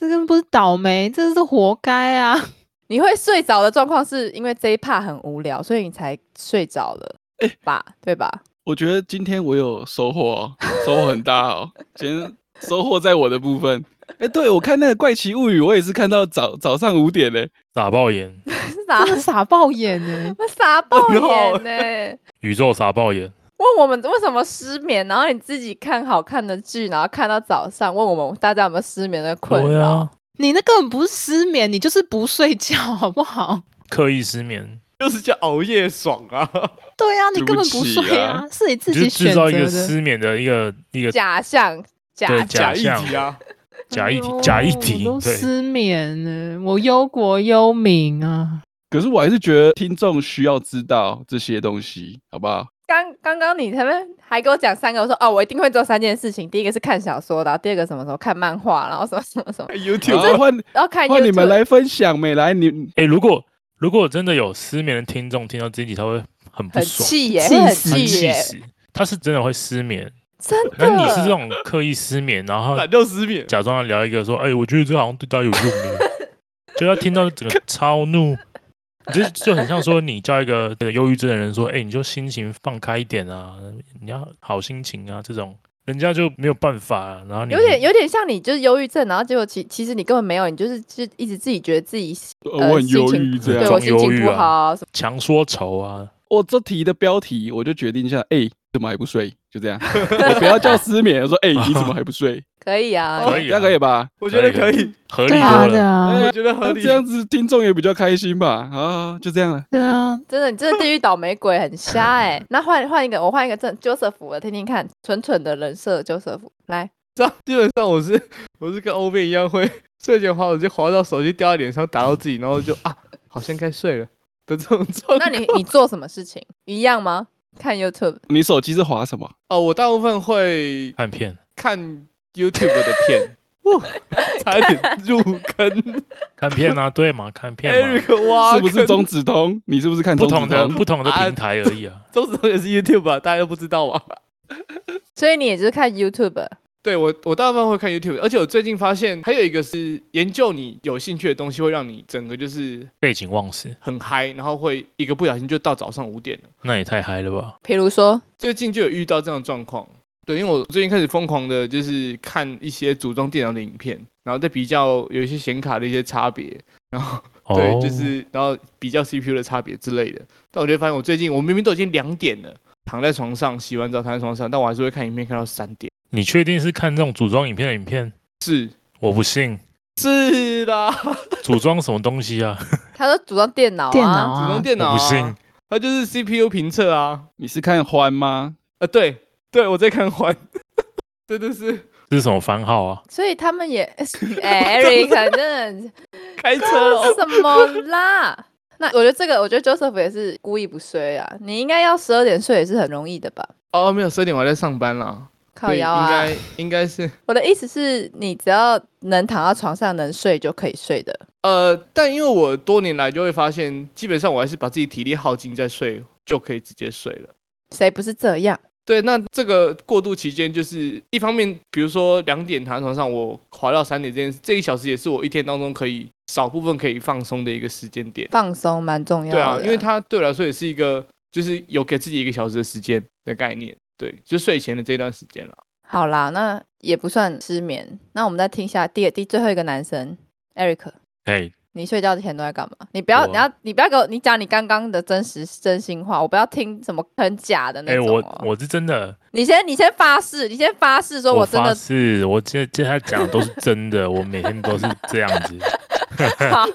这根本不是倒霉，这是活该啊！ 你会睡着的状况是因为这一 part 很无聊，所以你才睡着了，吧？对吧？我觉得今天我有收获、哦，收获很大哦。今天收获在我的部分。哎、对我看那个《怪奇物语》，我也是看到早早上五点嘞。傻爆眼，是啥真？的傻爆眼欸呢、傻爆然后眼呢、宇宙傻爆眼，问我们为什么失眠，然后你自己看好看的剧，然后看到早上，问我们大家有没有失眠的困对扰？啊，你那根本不是失眠，你就是不睡觉， 好不好？刻意失眠，就是叫熬夜爽啊！对啊，你对根不本起不睡啊，啊是你自你就己制选造择一个的。失眠的一个一个假象，假啊对象假议象题啊，假议哎题呦，假议题我都，对，失眠呢，我忧国忧民啊！可是我还是觉得听众需要知道这些东西，好不 好？刚刚刚你他们还给我讲三个，我说哦，我一定会做三件事情，第一个是看小说，然后第二个什么什么看漫画，然后什么什么什么， YouTube 好，啊换然后看换你 YouTube 们来分享，美来你哎，如果如果真的有失眠的听众听到这一集，他会很不很爽，气耶，气会很死很气气耶，死，他是真的会失眠。真那的。你是这种刻意失眠，然 后懒到失眠。假装要 聊一个说，哎，我觉得这好像对大家有用耶，就要听到整个超怒，就就很像说你叫一个这个忧郁症的人说，哎、你就心情放开一点啊，你要好心情啊，这种人家就没有办法、啊。嗯然后你有点有点像你就是忧郁症，然后结果其其实你根本没有，你就是就一直自己觉得自己呃我很忧郁这对样我。重心忧情郁不啊好，什么强说愁啊，我这题的标题我就决定一下，哎、怎么还不睡？就 这样，我不要叫失眠，我说哎、你怎么还不 睡？可以啊，可以、啊，这样哦可以吧？我觉得可可以，哎合理对多啊，对了。啊，我觉得合那理这。样子听众也比较开心吧？啊，就这样了。对啊，真的，你这个地狱倒霉鬼很瞎哎、 那换换一个，我换一个正 Joseph，我听听看，蠢蠢的人设 Joseph 来，这样基本上我是我是跟欧贝一样会睡前滑手机滑到手机掉在脸上打到自己，然后就啊好像该睡了的这种状态。那你 你做什么事情一样吗？看 YouTube，你手机是滑什么？哦，我大部分会看片，看 YouTube 的片，哇差一点入 坑。看 片啊，对嘛，看片嘛， Eric 哇，是不是中指通？你是不是看不中指同的通？不同的啊平台而已啊。周子通也是 YouTube 吧？大家都不知道吧？啊所以你也就是看 YouTube，对我，我大部分会看 YouTube，而且我最近发现还有一个是研究你有兴趣的东西，会让你整个就是背景忘词，很嗨，然后会一个不小心就到早上五点了。那也太嗨了吧！比如说最近就有遇到这样的状况，对，因为我最近开始疯狂的就是看一些组装电脑的影片，然后再比较有一些显卡的一些差别，然后对，哦就是然后比较 CPU 的差别之类的。但我就发现，我最近我明明都已经两点了，躺在床上洗完澡躺在床上，但我还是会看影片看到三点。你确定是看这种组装影片的影片？是我不信，是啦，组装什么东 西啊？他说组装电脑、啊，电脑组装啊，电脑、啊、我不信，它就是 CPU 评测啊。你是看欢吗？呃，对对，我在看环， 真的是这是什么番号啊？所以他 们也哎、Eric 真的开 车哦了。什么啦？那我觉得这个，我觉得 Joseph 也是故意不睡啊，你应该要十二点睡也是很容易的吧？哦，没有，十二点我还在上班啦。靠对腰啊！应该应该是我的意思是你只要能躺到床上能睡就可以睡的。呃，但因为我多年来就会发现，基本上我还是把自己体力耗尽再睡，就可以直接睡了。谁不是这样？对，那这个过渡期间，就是一方面，比如说两点躺在床上，我滑到三点这件事，这一小时也是我一天当中可以少部分可以放松的一个时间点。放松蛮重要的。对啊，因为它对我来说也是一个，就是有给自己一个小时的时间的概念。对，就睡前的这段时间了。好啦，那也不算失眠。那我们再听一下第二第最后一个男生 Eric，哎，你睡觉之前都在干嘛？你不要，我啊你要，你不要给我，你讲你刚刚的真实真心话，我不要听什么很假的那哎，种、哦。我我是真的，你先，你先发誓，你先发誓说啊真发的誓，我接接下来讲的都是 真的，我每天都是这样子，好，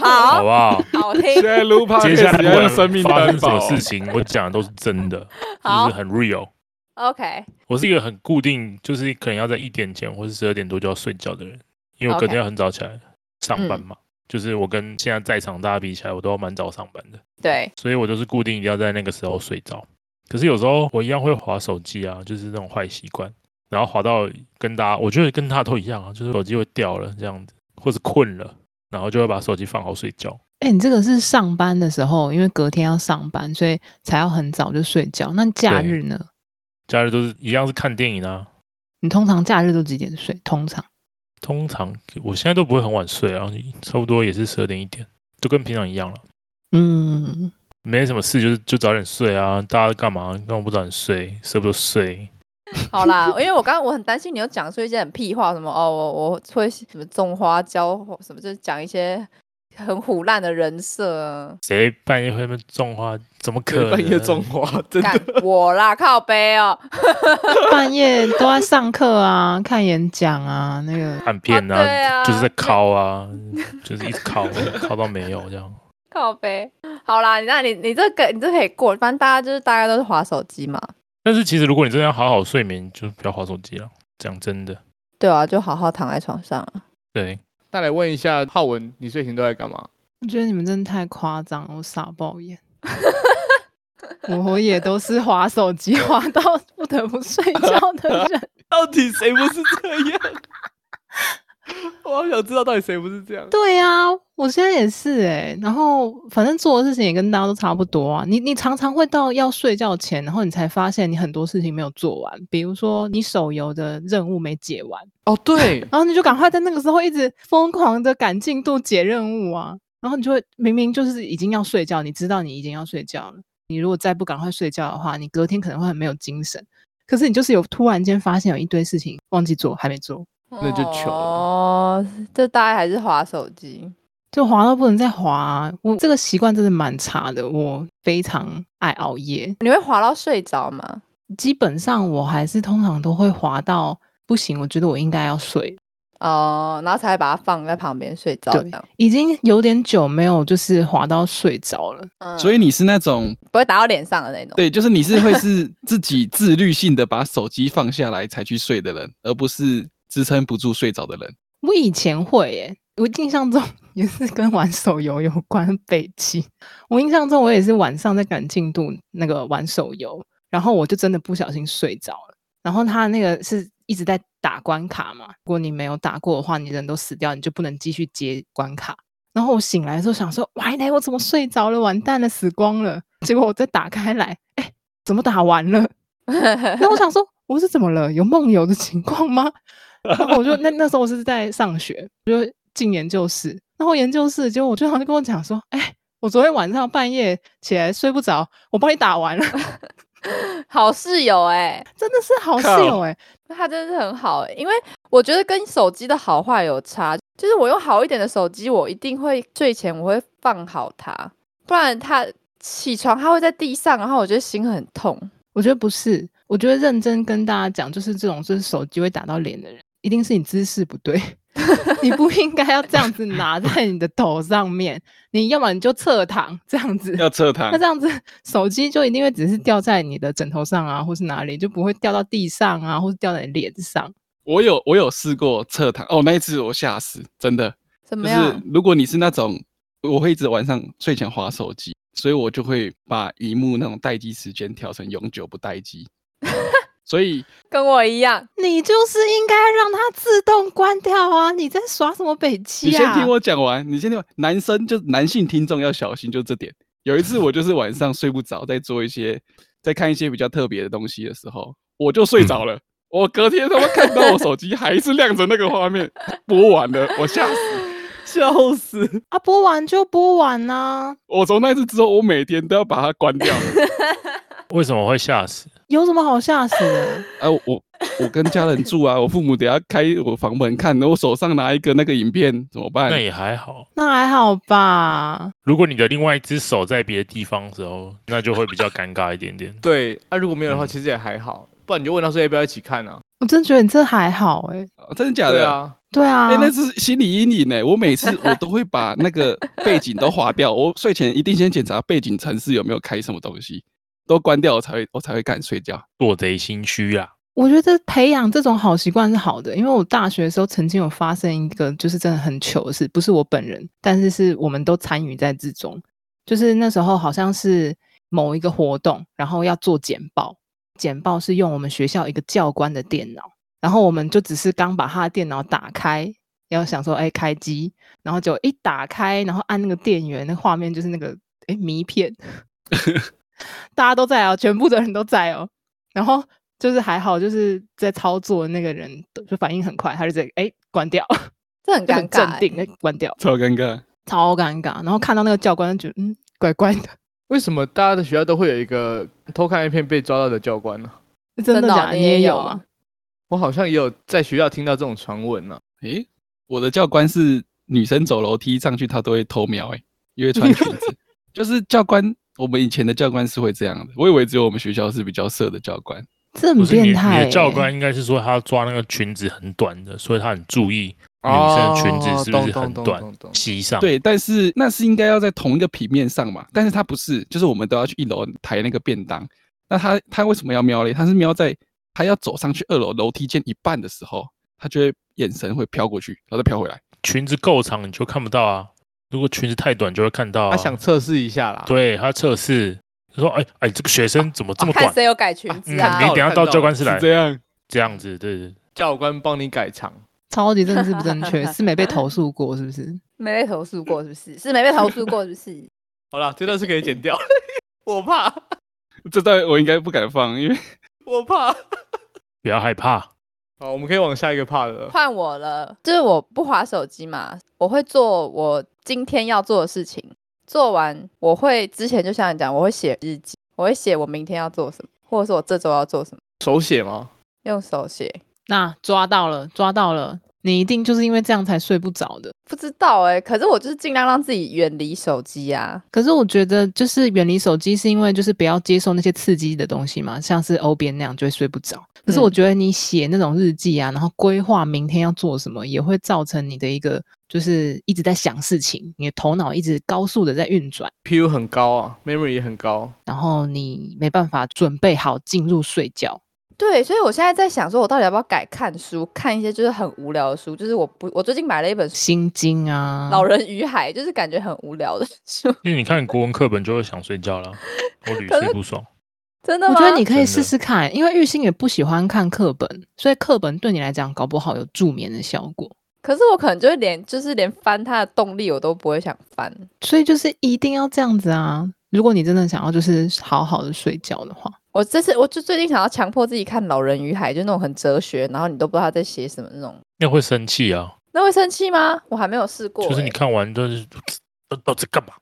好好，不好？好现听，在录 p o 接 d 下来不 c 要用管生命发担生什么保。事情，我讲的都是真的，就好是很 real。 ，OK，我是一个很固定，就是可能要在一点前或是十二点多就要睡觉的人，因为我 OK 隔天要很早起来上班嘛。嗯就是我跟现在在场大家比起来，我都要蛮早上班的，对，所以我就是固定一定要在那个时候睡着。可是有时候我一样会划手机啊，就是那种坏习惯，然后划到跟大家，我觉得跟大家都一样啊，就是手机会掉了这样子，或是困了，然后就会把手机放好睡觉。哎、你这个是上班的时候，因为隔天要上班，所以才要很早就睡觉。那假对日呢？假日都是一样是看电影啊，你通常假日都几点睡？通常通常我现在都不会很晚睡啊，差不多也是十二点一点，就跟平常一样了。嗯，没什么事，就是就早点睡啊！大家干嘛？干嘛不早点睡？睡不睡？好啦，因为我刚刚我很担心你又讲出一些很屁话，什么哦，我我会什么种花椒，什么就是讲一些很虎烂的人设啊。谁半夜会那边种花？怎么可能？半夜种花，真干的我啦，靠背哦，半夜都在上课啊，看演讲啊，那 个看片啊对啊就是在敲啊， 就是一直敲， 敲到没有这样。靠背。好啦，那你你这个你这可以过，反正大家就是大家都是划手机嘛，但是其实如果你真的要好好睡眠，就不要划手机了。讲真的，对啊，就好好躺在床上啊。对，那来问一下浩文，你睡前都在干嘛？我觉得你们真的太夸张了，我傻爆眼。我也都是划手机划到不得不睡觉的人， 到底谁不是这样？我好想知道到底谁不是这样。对呀、我现在也是哎、然后反正做的事情也跟大家都差不多啊。你你常常会到要睡觉前，然后你才发现你很多事情没有做完，比如说你手游的任务没解完，，哦，对然后你就赶快在那个时候一直疯狂的赶进度解任务啊。然后你就会明明就是已经要睡觉，你知道你已经要睡觉了，你如果再不赶快睡觉的话，你隔天可能会很没有精神。可是你就是有突然间发现有一堆事情忘记做，还没做，那就糗了。哦，这大概还是划手机。就滑到不能再滑啊、我这个习惯真的蛮差的，我非常爱熬夜，你会滑到睡着吗？基本上我还是通常都会滑到不行，我觉得我应该要睡，哦，然后才把它放在旁边睡着对这样。已经有点久没有就是滑到睡着了。嗯所以你是那种不会打到脸上的那种。对，就是你是会是自己自律性的把手机放下来才去睡的人，而不是支撑不住睡着的人。我以前会耶，我印象中 也是跟玩手游有关北极。我印象中我也是晚上在赶进度那个玩手游，然后我就真的不小心睡着了。然后他那个是一直在打关卡嘛，如果你没有打过的话，你人都死掉，你就不能继续接关卡。然后我醒来的时候想说，哇嘞，我怎么睡着了？完蛋了，死光了。结果我再打开来，哎，怎么打完了？那我想说，我是怎么了？有梦游的情况吗？ 然后我就那那时候我是在上学，我就进研究室，然后研究室结果我就他就跟我讲说，哎、我昨天晚上半夜起来睡不着，我帮你打完了， 好室友哎、真的是好室靠友哎、那它真的是很好、欸，因为我觉得跟手机的好坏有差。就是我用好一点的手机，我一定会睡前我会放好它，不然它起床它会在地上，然后我觉得心很痛。我觉得不是，我觉得认真跟大家讲，就是这种就是手机会打到脸的人，一定是你姿势不对，你不应该要这样子拿在你的头上面，你要么你就侧躺这样子，要侧躺那这样子，手机就一定会只是掉在你的枕头上啊，或是哪里，就不会掉到地上啊，或是掉在你脸上。我有我有试过侧躺，哦，那一次我吓死，真的。怎就么样是？如果你是那种我会一直晚上睡前划手机，所以我就会把荧幕那种待机时间调成永久不 待机。所以跟我一样，你就是应该让它自动关掉啊！你在耍什么北你七先啊？听我讲完，你先听我。男生就男性听众要小心，就这点。有一次我就是晚上睡不着，在做一些在看一些比较特别的东西的时候，我就睡着了。我隔天他妈看到我手机还是亮着那个画面， 播完了，我吓死，笑死。啊，播完就播完啊呐、我从那次之后，我每天都要把它关掉。为什么会吓死？有什么好吓死的？ 啊，我我跟家人住啊，我父母等下开我房门看，我手上拿一个那个影片怎么办那？也还好。那还好吧。如果你的另外一只手在别的地方的时候，那就会比较尴尬一点点 对，那、如果没有的话，嗯其实也还好。不然你就问他说要不要一起看啊？我真觉得你这还好哎、啊真的假对的？啊，对啊，哎、那是心理阴影呢、欸我每次我都会把那个背景都划掉，我睡前一定先检查背景城市有没有开什么东西，都关掉，我才会我才会敢睡觉。做贼心虚啊！我觉得培养这种好习惯是好的，因为我大学的时候曾经有发生一个就是真的很糗的事，不是我本人，但是是我们都参与在之中。就是那时候好像是某一个活动，然后要做简报，简报是用我们学校一个教官的电脑，然后我们就只是刚把他的电脑打开，要想说哎开机，然后就一打开，然后按那个电源，那画面就是那个哎迷片， 大家都在哦，全部的人都在哦，然后就是还好，就是在操作的那个人就反应很快，他就直接哎关掉，这很就尴很尬、镇欸。定的关掉，超尴尬，超尴尬。然后看到那个教官就觉得嗯怪怪的， 为什么大家的学校都会有一个偷看 A 片被抓到的教官呢、真的哦假的？你你也也有有啊啊？我好像也有在学校听到这种传闻呢。诶、哎我的教官是女生走楼梯上去，她都会偷瞄、欸，因为穿裙子。就是教官，我们以前的教官是会这样的，我以为只有我们学校是比较色的教官。这不很是你变你态、欸的欸教官应该是说他抓那个裙子很短的，所以他很注意女生的裙子是不哦是懂很懂短懂懂，懂膝上。对，但是那是应该要在同一个平面上嘛，但是他不是，就是我们都要去一楼抬那个便当。那他他为什么要瞄嘞？他是瞄在他要走上去二楼楼梯间一半的时候，他就会眼神会飘过去，然后再飘回来。裙子够长你就看不到啊，如果裙子太短就会看到、啊。他想测试一下啊啦。对他测试，他说：“哎哎，这个学生怎么这么啊短看？”谁有改裙子嗯，啊？你等一下看到到了教官室是来这样，这样子，对对，对教官帮你改长，超级政治不正确，是没被投诉过是不是？ 没被投诉过是不是？是没被投诉过是不是？好啦，这段是可以剪掉。 我怕，这段我应该不敢放，因为我怕。不要害怕。好，我们可以往下一个 part 了。换我了，就是我不划手机嘛，我会做我今天要做的事情，做完我会之前就像你讲，我会写日记，我会写我明天要做什么，或者是我这周要做什么，手写吗？用手写。那抓到了，抓到了，你一定就是因为这样才睡不着的。不知道哎、可是我就是尽量让自己远离手机啊。可是我觉得，就是远离手机，是因为就是不要接受那些刺激的东西嘛，像是欧边那样就会睡不着。可是我嗯觉得你写那种日记啊，然后规划明天要做什么，也会造成你的一个就是一直在想事情，你的头脑一直高速的在运转， PU 很高啊，memory 也很高。然后你没办法准备好进入睡觉。对，所以我现在在想，说我到底要不要改看书，看一些就是很无聊的书，就是我不，我最近买了一本书心经啊，《老人与海》，就是感觉很无聊的书， 因为你看国文课本就会想睡觉了，我屡可是试不爽。真的我吗？觉得你可以真试的试看，因为玉兴也不喜欢看课本，所以课本对你来讲搞不好有助眠的效果。可是我可能就会连就是连翻它的动力我都不会想翻。所以就是一定要这样子啊！如果你真的想要就是好好的睡觉的话，我这次我就最近想要强迫自己看《老人与海》，就那种很哲学，然后你都不知道他在写什么那种。那会生气啊！那会生气吗？我还没有试过欸、就是你看完就是，到到底在干嘛？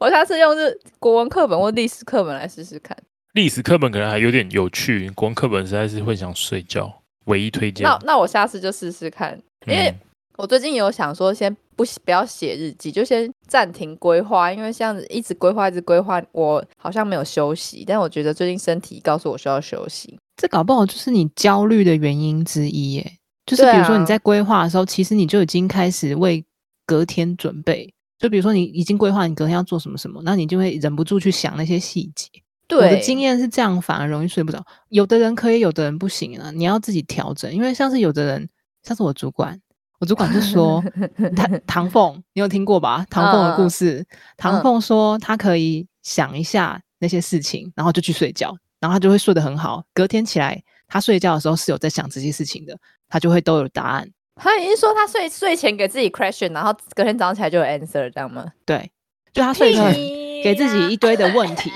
我下次用日国文课本或历史课本来试试看。历史课本可能还有点有趣，国文课本实在是会想睡觉。唯一推荐，那那我下次就试试看，因为嗯我最近有想说，先不不要写日记，就先暂停规划，因为这样子一直规划一直规划，我好像没有休息。但我觉得最近身体告诉我需要休息。这搞不好就是你焦虑的原因之一耶。就是对比如说啊你在规划的时候，其实你就已经开始为隔天准备。就比如说你已经规划你隔天要做什么什么，那你就会忍不住去想那些细节。对，我的经验是这样，反而容易睡不着。有的人可以，有的人不行啊，你要自己调整。因为像是有的人，像是我主管，我主管就说 唐唐凤，你有听过吧？唐凤的嗯嗯故嗯事，唐嗯凤说她可以想一下那些事情，然后就去睡觉，然后她就会睡得很好。隔天起来，她睡觉的时候是有在想这些事情的，她就会都有答案。他已经说他睡睡前给自己 question，然后隔天早上起来就有 answer，这样吗？对，就她睡得很给自己一堆的问题，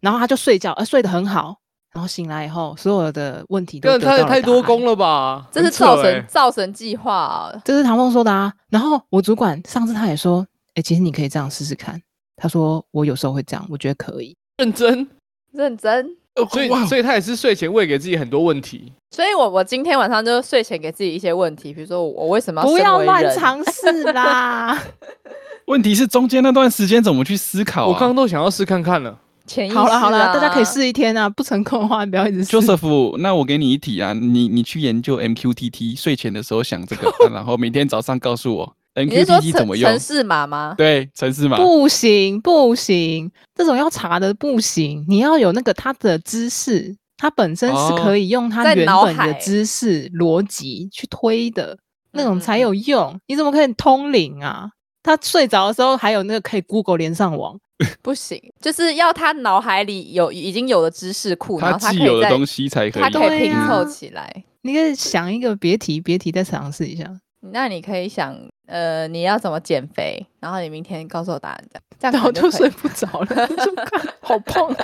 然后她就睡觉，呃，睡得很好。然后醒来以后，所有的问题都但得到太了太多答案功了吧？这是很扯造神欸造神计划哦、这是唐凤说的啊。然后我主管上次他也说，哎、其实你可以这样试试看。他说我有时候会这样，我觉得可以。认真，认真。所所以所以他也是睡前喂给自己很多问题。所以我我今天晚上就睡前给自己一些问题，比如说我我为什么不身要为乱人尝试啦！问题是中间那段时间怎么去思考、啊？我刚刚都想要试看看了，潜意识、啊。好啦好啦，大家可以。试一天啊，不成功的话不要一直试。 Joseph，那我给你一题啊，你你去研究 MQTT，睡前的时候想这个，啊然后明天早上告诉我你是说 MQTT 怎么城用城。市码吗？ 对，城市码。不行不行，这种要查的不行，你要有那个他的知识，他本身是哦可以用他在原脑本的海知识逻辑去推的，那种才嗯嗯嗯有用。你怎么可以通灵啊？他睡着的时候还有那个可以 Google 连上网。不行，就是要他脑海里有已经有的知识库，然他后他可既以有的在东西才可他以。可以对拼啊 凑起来。你可以想一个，别提，别提，再尝试一下。那你可以想，呃，你要怎么减肥？然后你明天告诉我答案，这样这样然可后 能就可睡以不着了，就看好啊胖。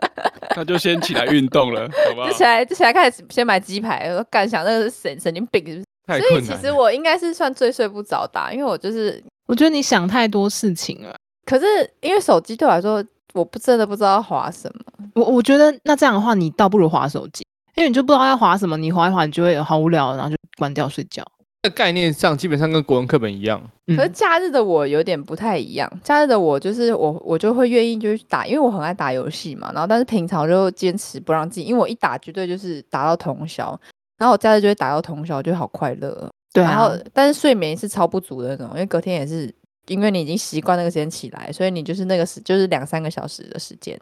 那就先起来运动了，好不好就？起来就起来开始先买鸡排，我说干想那个是神神经病是不是？太所以困其难实了。我应该是算最睡不着的啊、因为我就是，我觉得你想太多事情了。可是因为手机对我来说，我不真的不知道要划什么。我我觉得那这样的话，你倒不如划手机，因为你就不知道要划什么，你划一划，你就会好无聊，然后就关掉睡觉。这概念上基本上跟国文课本一样，嗯可是假日的我有点不太一样，假日的我就是我我就会愿意就是打，因为我很爱打游戏嘛，然后但是平常就坚持不让自己，因为我一打绝对就是打到通宵，然后我假日就会打到通宵，我就好快乐哦。对然啊后，但是睡眠是超不足的那种，因为隔天也是，因为你已经习惯那个时间起来，所以你就是那个时就是两三个小时的时间。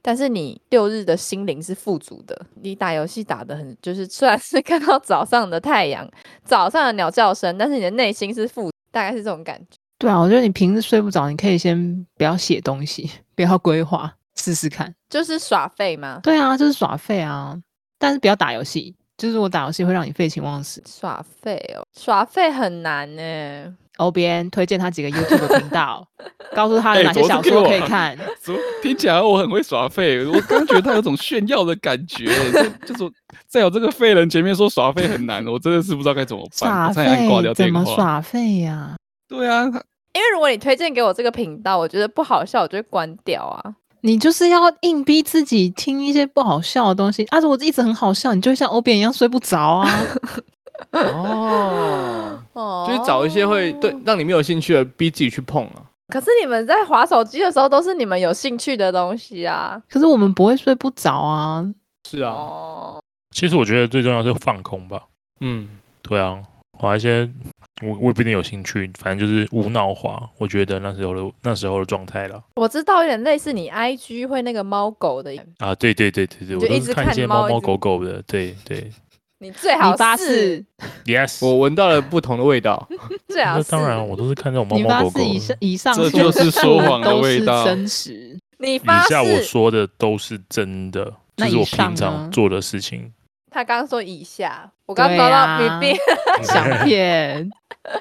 但是你六日的心灵是富足的，你打游戏打的很，就是虽然是看到早上的太阳、早上的鸟叫声，但是你的内心是富，大概是这种感觉。对啊，我觉得你平时睡不着，你可以先不要写东西，不要规划，试试看。就是耍废吗？对啊，就是耍废啊，但是不要打游戏。就是我打游戏会让你废寝忘食。耍废哦，耍废很难呢、欧边推荐他几个 YouTube 的频 道，告诉他有哎哪些怎么小是给说我可以啊看。怎么听起来我很会耍废，我刚觉得他有种炫耀的感觉， 就就是在我这个废人前面说耍废很难，我真的是不知道该怎么办。耍我差点按挂掉废？怎电么话。耍废呀、对啊，他因为如果你推荐给我这个频道，我觉得不好笑，我就会关掉啊。你就是要硬逼自己听一些不好笑的东西。啊，如果一直很好笑，你就会像欧扁一样睡不着 啊。 哦，哦就是找一些会对让你没有兴趣的，逼自己去碰啊。可是你们在划手机的时候，都是你们有兴趣的东西啊。可是我们不会睡不着啊。是啊，哦，其实我觉得最重要是放空吧。嗯，对啊，划一些我我也不一定有兴趣，反正就是无脑划。我觉得那时候的那时候的状态了我知道，有点类似你 IG 会那个猫狗的，啊，对对对对对，我就都一是直看一看些猫猫一猫直狗狗的，对对你最好你发是誓， ，yes，我闻到了不同的味道。最好那是。当然我都是看这种猫你发猫狗誓狗以的上。以上这说就是的说谎的都味是道真实。你发以誓下我说的都是真的，那这是以我上平呢常做的事情。他刚刚说以下，我刚刚对搞到啊语病，想骗，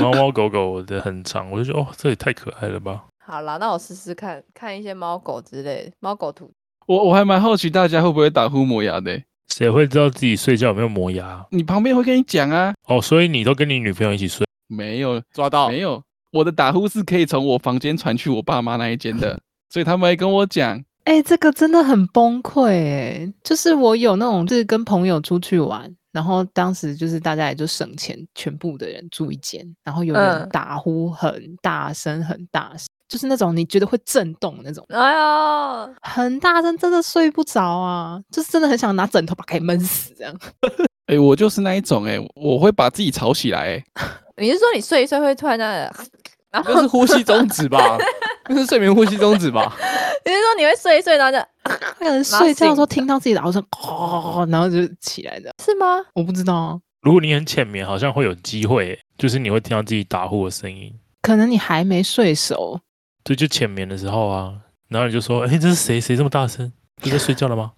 猫猫狗狗的很长，我就觉得哦，这也太可爱了吧！ 好啦，那我试试看看一些猫狗之类的猫狗图。我我还蛮好奇大家会不会打呼磨牙的欸、谁会知道自己睡觉有没有磨牙？你旁边会跟你讲啊，哦，所以你都跟你女朋友一起睡，没有 抓哦到，没有，我的打呼是可以从我房间传去我爸妈那一间的，所以他们会跟我讲， 哎、这个真的很崩溃哎、就是我有那种，就是跟朋友出去玩，然后当时就是大家也就省钱，全部的人住一间，然后有嗯人打呼很大声，很大声，就是那种你觉得会震动的那种，哎呦，很大声，真的睡不着啊，就是真的很想拿枕头把它给闷死这样。哎、我就是那一种、欸，哎，我会把自己吵起来、欸，你是说你睡一睡会突然这样？然后那是呼吸终止吧？那是睡眠呼吸终止吧？你是说你会睡一睡，然后就那个人然后睡觉的时醒候听到自己的呼声，哦，然后就起来的，是吗？我不知道啊，如果你很浅眠，好像会有机会耶，就是你会听到自己打呼的声音。可能你还没睡熟，对，就浅眠的时候啊，然后你就说：“哎，这是谁？谁这么大声？不是在睡觉了吗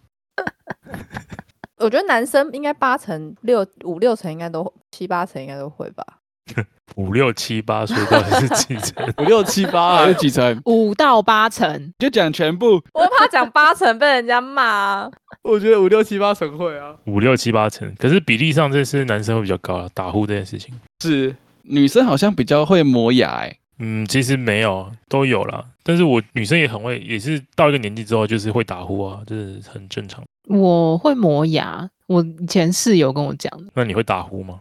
我觉得男生应该八成六五六成应该都七八成应该都会吧。？”五六七八睡到底是几层？ 五六七八啊，啊有，几层，五到八成。就讲全部， 我怕讲八成被人家骂、啊。 我觉得五六七八成会啊。 五六七八层，可是比例上这是男生会比较高了。打呼这件事情，是，女生好像比较会磨牙、欸，嗯，其实没有，都有啦。但是我女生也很会，也是到一个年纪之后就是会打呼啊，这、是很正常。我会磨牙，我以前室友跟我讲的，那你会打呼吗？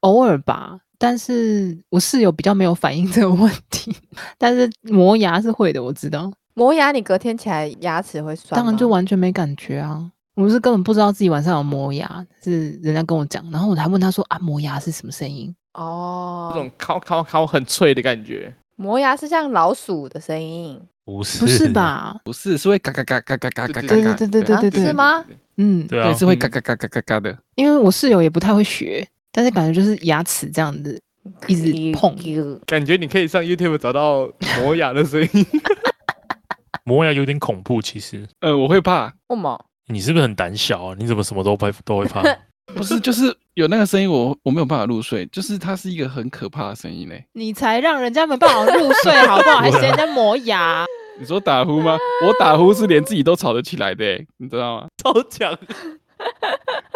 偶尔吧。但是我室友比较没有反映这个问题， 但是磨牙是会的，我知道。磨牙，你隔天起来牙齿会酸吗？当然就完全没感觉啊，我是根本不知道自己晚上有磨牙，是人家跟我讲，然后我还问他说啊，磨牙是什么声音？那哦种。敲敲敲很脆的感觉，磨牙是像老鼠的声音，不是，不是？吧？不是，是会嘎嘎嘎嘎嘎嘎嘎对嘎，对对对对对对是吗？嗯，对啊对，，是会嘎嘎嘎嘎嘎嘎的，因为我室友也不太会学，但是感觉就是牙齿这样子一直碰。感觉你可以上 YouTube 找到磨牙的声音。磨牙有点恐怖。其实呃，我会怕，为什么？你是不是很胆小啊？你怎么什么都怕都 会怕？不是，就是有那个声音我，我没有办法入睡，就是它是一个很可怕的声音嘞、欸你才让人家没办法入睡好 不好？还嫌人家磨牙？你说打呼吗？我打呼是连自己都吵得起来的、欸，你知道吗？ 超强，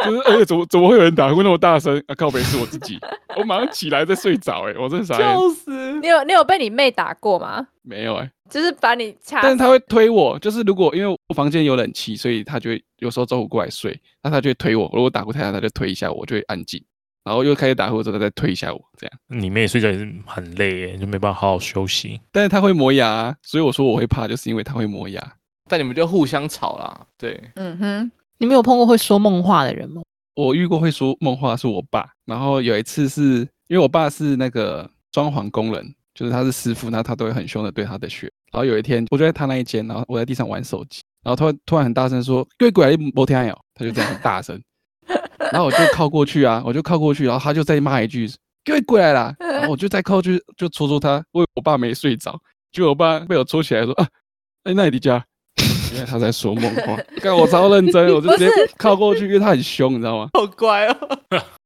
就是呃，怎么怎么会有人打呼那么大声？啊，靠北是我自己，我马上起来再睡着，哎，我真的傻眼，死！你有你有被你妹打过吗？没有哎、就是把你掐死，但是他会推我，就是如果因为我房间有冷气，所以他就会有时候中午过来睡，那他就会推我，如果打呼太大，他就推一下我，就会安静，然后又开始打呼之后他再推一下我，这样。你妹睡觉也是很累耶，就没办法好好休息。但是他会磨牙、啊，所以我说我会怕，就是因为他会磨牙。但你们就互相吵啦，对，嗯哼，你没有碰过会说梦话的人吗？我遇过会说梦话是我爸，然后有一次是因为我爸是那个装潢工人，就是他是师傅，那他都会很凶的对他的学。然后有一天我就在他那一间，然后我在地上玩手机，然后突然突然很大声说“鬼鬼来摩天哦”，他就这样很大声，然后我就靠过去啊，我就靠过去，然后他就再骂一句“鬼鬼来啦”，然后我就再靠去就戳戳他，我以为我爸没睡着，结果我爸被我戳起来说啊，哎、那你迪迦。因为他在说梦话，看我超认真，我就直接靠过去，因为他很凶，你知道吗？好乖哦。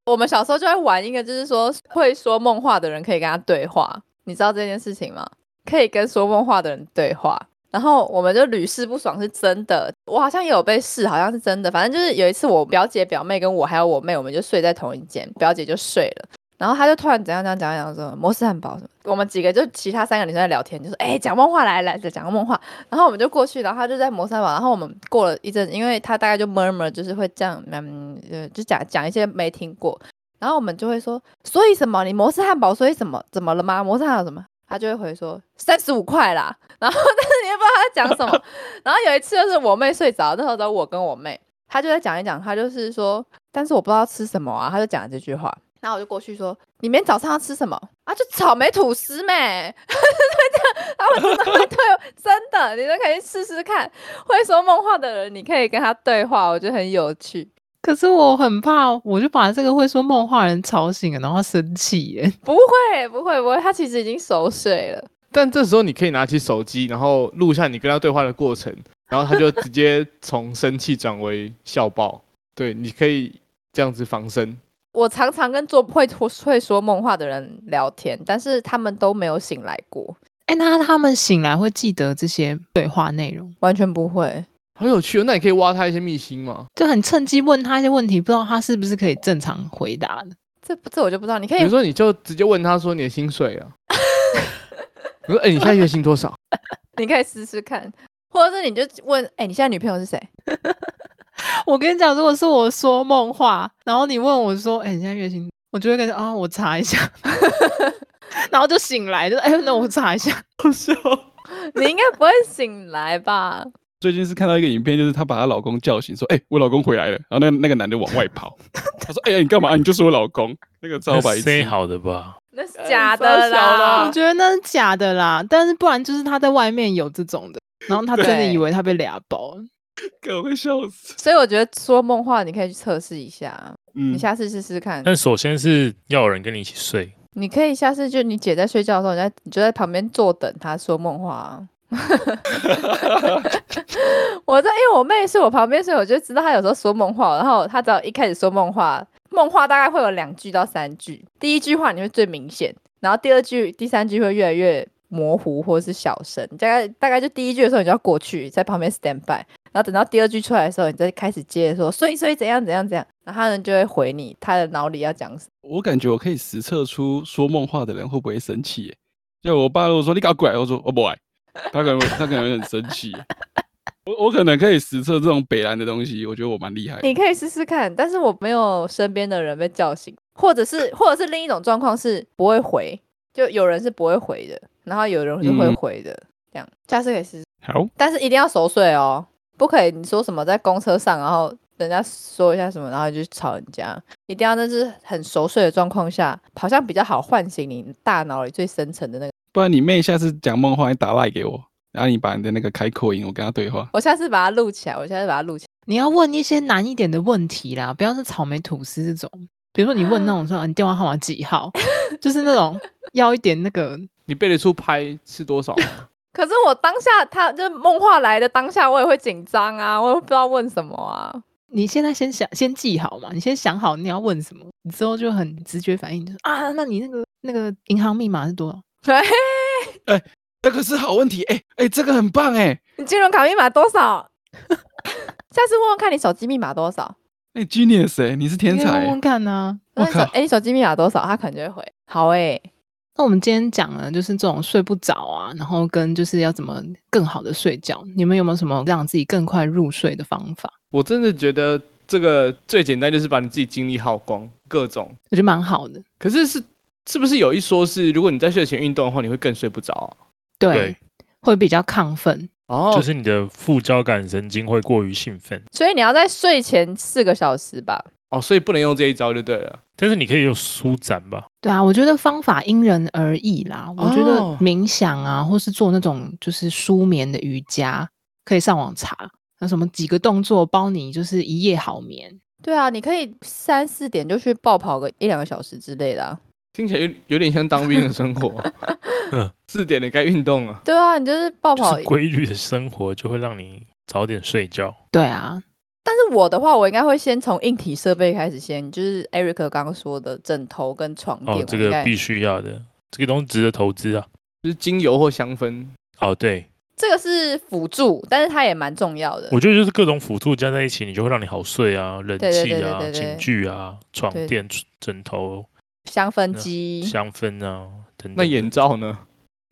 我们小时候就会玩一个，就是说会说梦话的人可以跟他对话，你知道这件事情吗？可以跟说梦话的人对话。然后我们就屡试不爽，是真的。我好像也有被试，好像是真的。反正就是有一次，我表姐、表妹跟我还有我妹，我们就睡在同一间，表姐就睡了。然后他就突然怎样怎样怎样讲说摩斯汉堡什么，我们几个就其他三个女生在聊天，就说哎讲梦话来来讲个梦话，然后我们就过去，然后他就在摩斯汉堡，然后我们过了一阵，因为他大概就 murmur 就是会这样，嗯呃就讲讲一些没听过，然后我们就会说所以什么你摩斯汉堡所以什么怎么了吗？摩斯汉堡怎么？他就会回说三十五块啦， 然后但是你也不知道他在讲什么。 然后有一次就是我妹睡着，那时候只有我跟我妹，她就在讲一讲，她就是说，但是我不知道吃什么啊，她就讲了这句话。然后我就过去说，你明天早上要吃什么啊？就草莓吐司咩， 然后真的会对，真的，你都可以试试看。会说梦话的人，你可以跟他对话，我觉得很有趣。可是我很怕，我就把这个会说梦话的人吵醒了，然后他生气耶。不会，不会，不会，他其实已经熟睡了。但这时候你可以拿起手机，然后录下你跟他对话的过程，然后他就直接从生气转为笑爆。对，你可以这样子防身。我常常跟做会会说梦话的人聊天，但是他们都没有醒来过， 哎，那他们醒来会记得这些对话内容，完全不会。好有趣哦！那你可以挖他一些秘辛嘛？就很趁机问他一些问题，不知道他是不是可以正常回答的。这不这我就不知道，你可比如以说，你就直接问他说你的薪水啊。我说，哎、你现在月薪多少？你可以试试看，或者是你就问，哎、你现在女朋友是谁？ 我跟你讲，如果是我说梦话，然后你问我说：“哎、你现在月薪？”我就会跟你说啊，我查一下， 然后就醒来，就哎、那我查一下。你应该不会醒来吧？最近是看到一个影片，就是她把她老公叫醒，说：“哎、我老公回来了。”然后那个那个男的往外跑，他说：“哎、呀，你干嘛？你就是我老公。”那个超 白塞痴。好的吧？那是哎假超的小啊啦，啦我觉得那是假的啦，但是不然就是他在外面有这种的，然后他真的对以为他被俩包。干我快笑死。 所以我觉得说梦话你可以去测试一下，嗯你，下次试试看。但首先是要有人跟你一起睡，你可以下次就你姐在睡觉的时候，你在你就在旁边坐等她说梦话啊。 我在，因为我妹是我旁边，所以我就知道她有时候说梦话。然后她只要一开始说梦话，梦话大概会有两句到三句。第一句话你会最明显，然后第二句、第三句会越来越模糊或是小声。大概大概就第一句的时候，你就要过去在旁边 stand by，然后等到第二句出来的时候，你再开始接着说，所以所以怎样怎样怎样，然后她人就会回你，她的脑里要讲什么。我感觉我可以实测出说梦话的人会不会生气、耶就我爸如果说你搞鬼，我说我哦不爱，他可能会他可能会很生气耶。我我可能可以实测这种北兰的东西，我觉得我蛮厉害的。你可以试试看，但是我没有身边的人被叫醒，或者是或者是另一种状况是不会回，就有人是不会回的，然后有人是会嗯回的，这样下次可以试试，好，但是一定要熟睡哦，不可以你说什么在公车上，然后人家说一下什么，然后你就去吵人家，一定要那是很熟睡的状况下，好像比较好唤醒你大脑里最深层的那个。不然你妹下次讲梦话，你打赖给我，然后你把你的那个开扩音，我跟她对话。我下次把它录起来，我下次把它录起来。你要问一些难一点的问题啦，不要是草莓吐司这种。比如说你问那种说、啊你电话号码几号，就是那种要一点那个你背得出拍是多少吗？ 可是我当下他就是梦话来的当下，我也会紧张啊，我也不知道问什么啊。你现在先想，先记好嘛，你先想好你要问什么，你之后就很直觉反应，就是啊，那你那个那个银行密码是多少？对，这个是好问题，哎、哎、这个很棒哎、你金融卡密码多少？ 下次问问看你手机密码多少。哎、genius 哎、你是天你可以才、问欸问。看啊。那我你手靠哎、你手机密码多少？他可能就会回。好哎、那我们今天讲的就是这种睡不着啊，然后跟就是要怎么更好的睡觉，你们有没有什么让自己更快入睡的方法？我真的觉得这个最简单就是把你自己精力耗光，各种。我觉得蛮好的。可是是是不是有一说是，如果你在睡前运动的话，你会更睡不着啊、对，对会比较亢奋。哦，就是你的副交感神经会过于兴奋，所以你要在睡前四个小时吧。哦，所以不能用这一招就对了。但是你可以有舒展吧。对啊，我觉得方法因人而异啦。我觉得哦冥想啊，或是做那种就是舒眠的瑜伽，可以上网查，那什么几个动作包你就是一夜好眠。对啊，你可以三四点就去暴跑个一两个小时之类的、啊。听起来有有点像当兵的生活 嗯。四点了该运动了。对啊，你就是暴就跑是。规律的生活就会让你早点睡觉。对啊，但是我的话，我应该会先从硬体设备开始先，就是 Eric 刚刚说的枕头跟床垫。哦，这我应个该必须要的，这个东西值得投资啊。就是精油或香氛，哦，对，这个是辅助，但是它也蛮重要的。我觉得就是各种辅助加在一起，你就会让你好睡啊，人对对对气啊对对，对寝具啊，床对垫、枕头、香氛嗯机、香氛啊等等。那眼罩呢？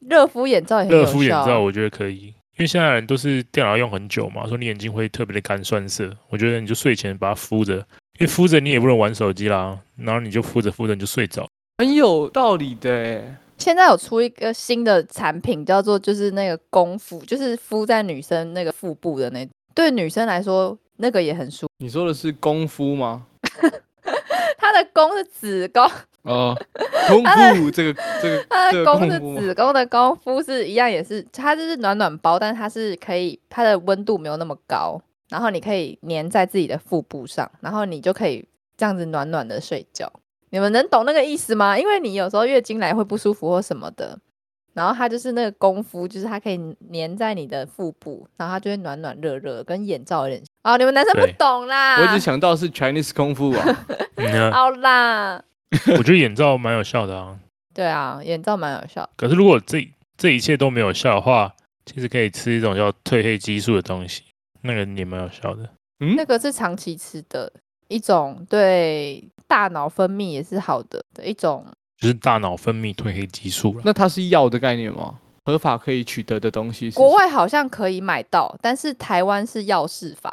热敷眼罩也很热有敷眼效啊罩，我觉得可以，因为现在人都是电脑用很久嘛，说你眼睛会特别的干酸涩，我觉得你就睡前把它敷着，因为敷着你也不能玩手机啦，然后你就敷着敷着你就睡着。很有道理的欸。现在有出一个新的产品，叫做就是那个功夫，就是敷在女生那个腹部的那，对女生来说那个也很舒服。你说的是功夫吗？它的功是子宫，哦，功呃夫这个这 个它这的个功功是夫吗子宫的功夫是一样，也是它就是暖暖包，但它是可以它的温度没有那么高，然后你可以粘在自己的腹部上，然后你就可以这样子暖暖的睡觉。你们能懂那个意思吗？因为你有时候月经来会不舒服或什么的，然后它就是那个功夫，就是它可以粘在你的腹部，然后它就会暖暖热热，跟眼罩有点像。哦，你们男生不对懂啦，我一直想到是 Chinese 功夫 啊，嗯、好啦，我觉得眼罩蛮有效的啊，对啊，眼罩蛮有效的。可是如果这这一切都没有效的话，其实可以吃一种叫褪黑激素的东西，那个也蛮有效的。那个是长期吃的一种，对大脑分泌也是好的的一种。就是大脑分泌褪黑激素了，那它是药的概念吗？合法可以取得的东西是国外好像可以买到，但是台湾是药事法，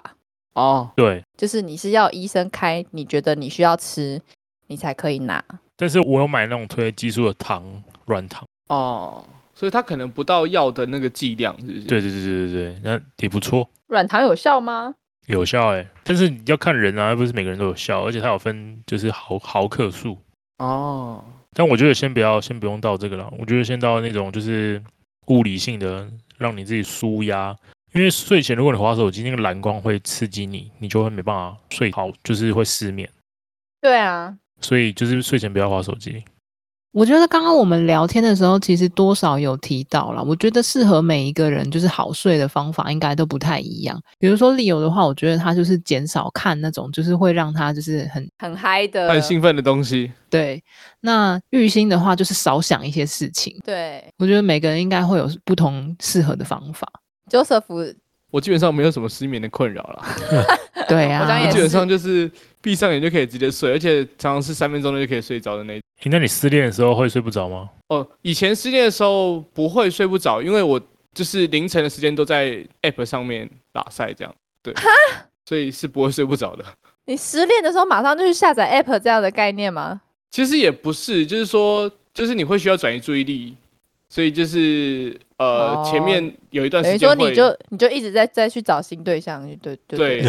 哦，对。就是你是要医生开，你觉得你需要吃，你才可以拿。但是我有买那种褪黑激素的糖，软糖。哦，所以它可能不到药的那个剂量，是不是？对对对对对对，那也不错，软糖有效吗？有效哎、但是你要看人啊，又不是每个人都有效，而且它有分就是毫毫克数。哦，但我觉得先不要，先不用到这个了。我觉得先到那种就是物理性的，让你自己舒压。因为睡前如果你滑手机，那个蓝光会刺激你，你就会没办法睡好，就是会失眠。对啊，所以就是睡前不要滑手机。我觉得刚刚我们聊天的时候，其实多少有提到啦，我觉得适合每一个人，就是好睡的方法应该都不太一样。比如说利友的话，我觉得他就是减少看那种，就是会让他就是很很嗨的，很兴奋的东西。对。那玉兴的话，就是少想一些事情。对我觉得每个人应该会有不同适合的方法。 ，Joseph 我基本上没有什么失眠的困扰啦，对好像啊也我基是本上就是闭上眼就可以直接睡，而且常常是三分钟内就可以睡着的那种。诶那你失恋的时候会睡不着吗？哦，以前失恋的时候不会睡不着，因为我就是凌晨的时间都在 App 上面打赛这样，对，所以是不会睡不着的。你失恋的时候马上就去下载 App 这样的概念吗？其实也不是，就是说，就是你会需要转移注意力，所以就是呃，哦前面有一段等时于说间你会就你就一直在再去找新对象，对对对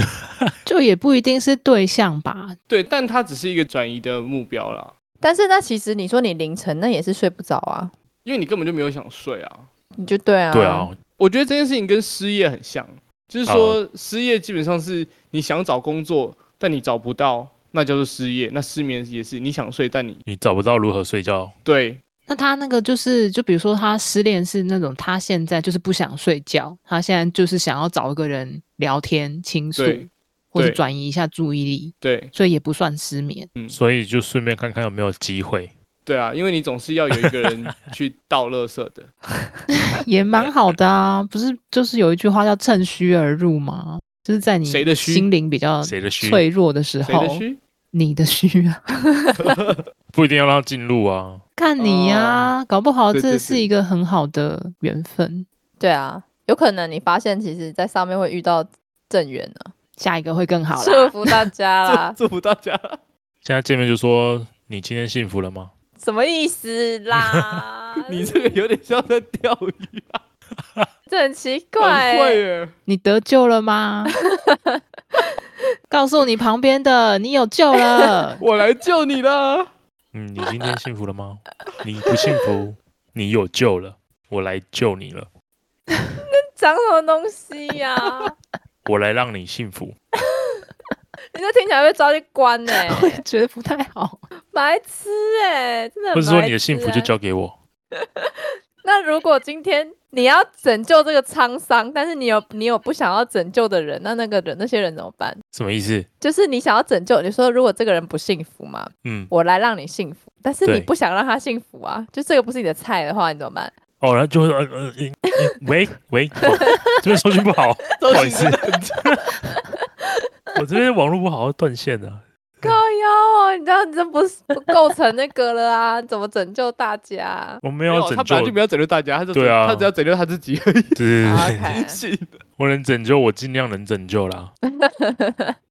就也不一定是对象吧，对，但它只是一个转移的目标啦，但是那其实你说你凌晨那也是睡不着啊，因为你根本就没有想睡啊。你就对啊，对啊，，我觉得这件事情跟失业很像，就是说失业基本上是你想找工作，但你找不到，那叫做失业。那失眠也是你想睡，但你你找不到如何睡觉，对那他那个就是，就比如说他失恋是那种，他现在就是不想睡觉，他现在就是想要找一个人聊天倾诉，对或者对转移一下注意力，对所以也不算失眠。所以就顺便看看有没有机会。对啊，因为你总是要有一个 人去倒垃圾的。也蛮好的啊，不是就是有一句话叫趁虚而入吗？就是在你谁的虚心灵比较谁的虚哦脆弱的时谁的候，虚？你的虚啊， 不一定要让它进入啊。看你呀、啊，搞不好哦对对这对是一个很好的缘分。对啊，有可能你发现其实在上面会遇到正缘啊呢、下一个会更好祝啦。福大家 啦，祝福大家。？现在见面就说你今天幸福了吗？什么意思 啦你这个有点像在钓鱼啊，这很奇怪、欸很会耶。。你得救了 吗？告诉你旁边的，你有救了我来救你啦！嗯，你今天幸福了吗？你不幸福，你有救了，我来救你了，讲什么东西呀、 我来让你幸福。你这听起来会被抓去关呢、 我也 觉得不太好。白痴哎、真的、或是说你的幸啊福就。交给我，那如果今天你要拯救这个沧桑，但是你有你有不想要拯救的人，那那个人那些人怎么办？什么意思？就是你想要拯救，你说如果这个人不幸福嘛，嗯，我来让你幸福，但是你对不想让他幸福啊，就这个不是你的菜的话，你怎么办？哦，然后就会呃呃，呃呃喂喂，哦这边收讯 不好， 不好意思，我这边网络不好，断线了。高腰哦，你这样子不是不构成那个了啊？ 怎么拯救大家？我 没没有有，拯他救本来就，没有拯救大家，他就对啊他只要拯救他自己而已。对对 好啊对， ，OK 我能拯救我尽量能拯救啦。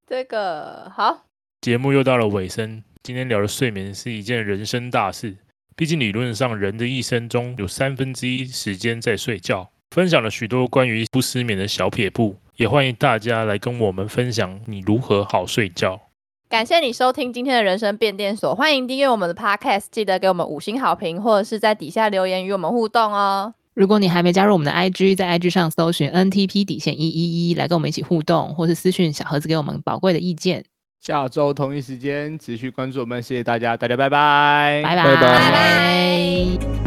这个好，节目又到了尾声，今天聊的睡眠是一件人生大事，毕竟理论上人的一生中有三分之一时间在睡觉。分享了许多关于不失眠的小撇步，也欢迎大家来跟我们分享你如何好睡觉。感谢你收听今天的人生变电所，欢迎订阅我们的 Podcast，记得给我们五星好评，或者是在底下留言与我们互动哦。如果你还没加入我们的 IG，在 IG 上搜寻 NTP 底线一一一，来跟我们一起互动，或是私讯小盒子给我们宝贵的意见。下周同一时间持续关注我们，谢谢大家，大家拜拜，拜拜拜拜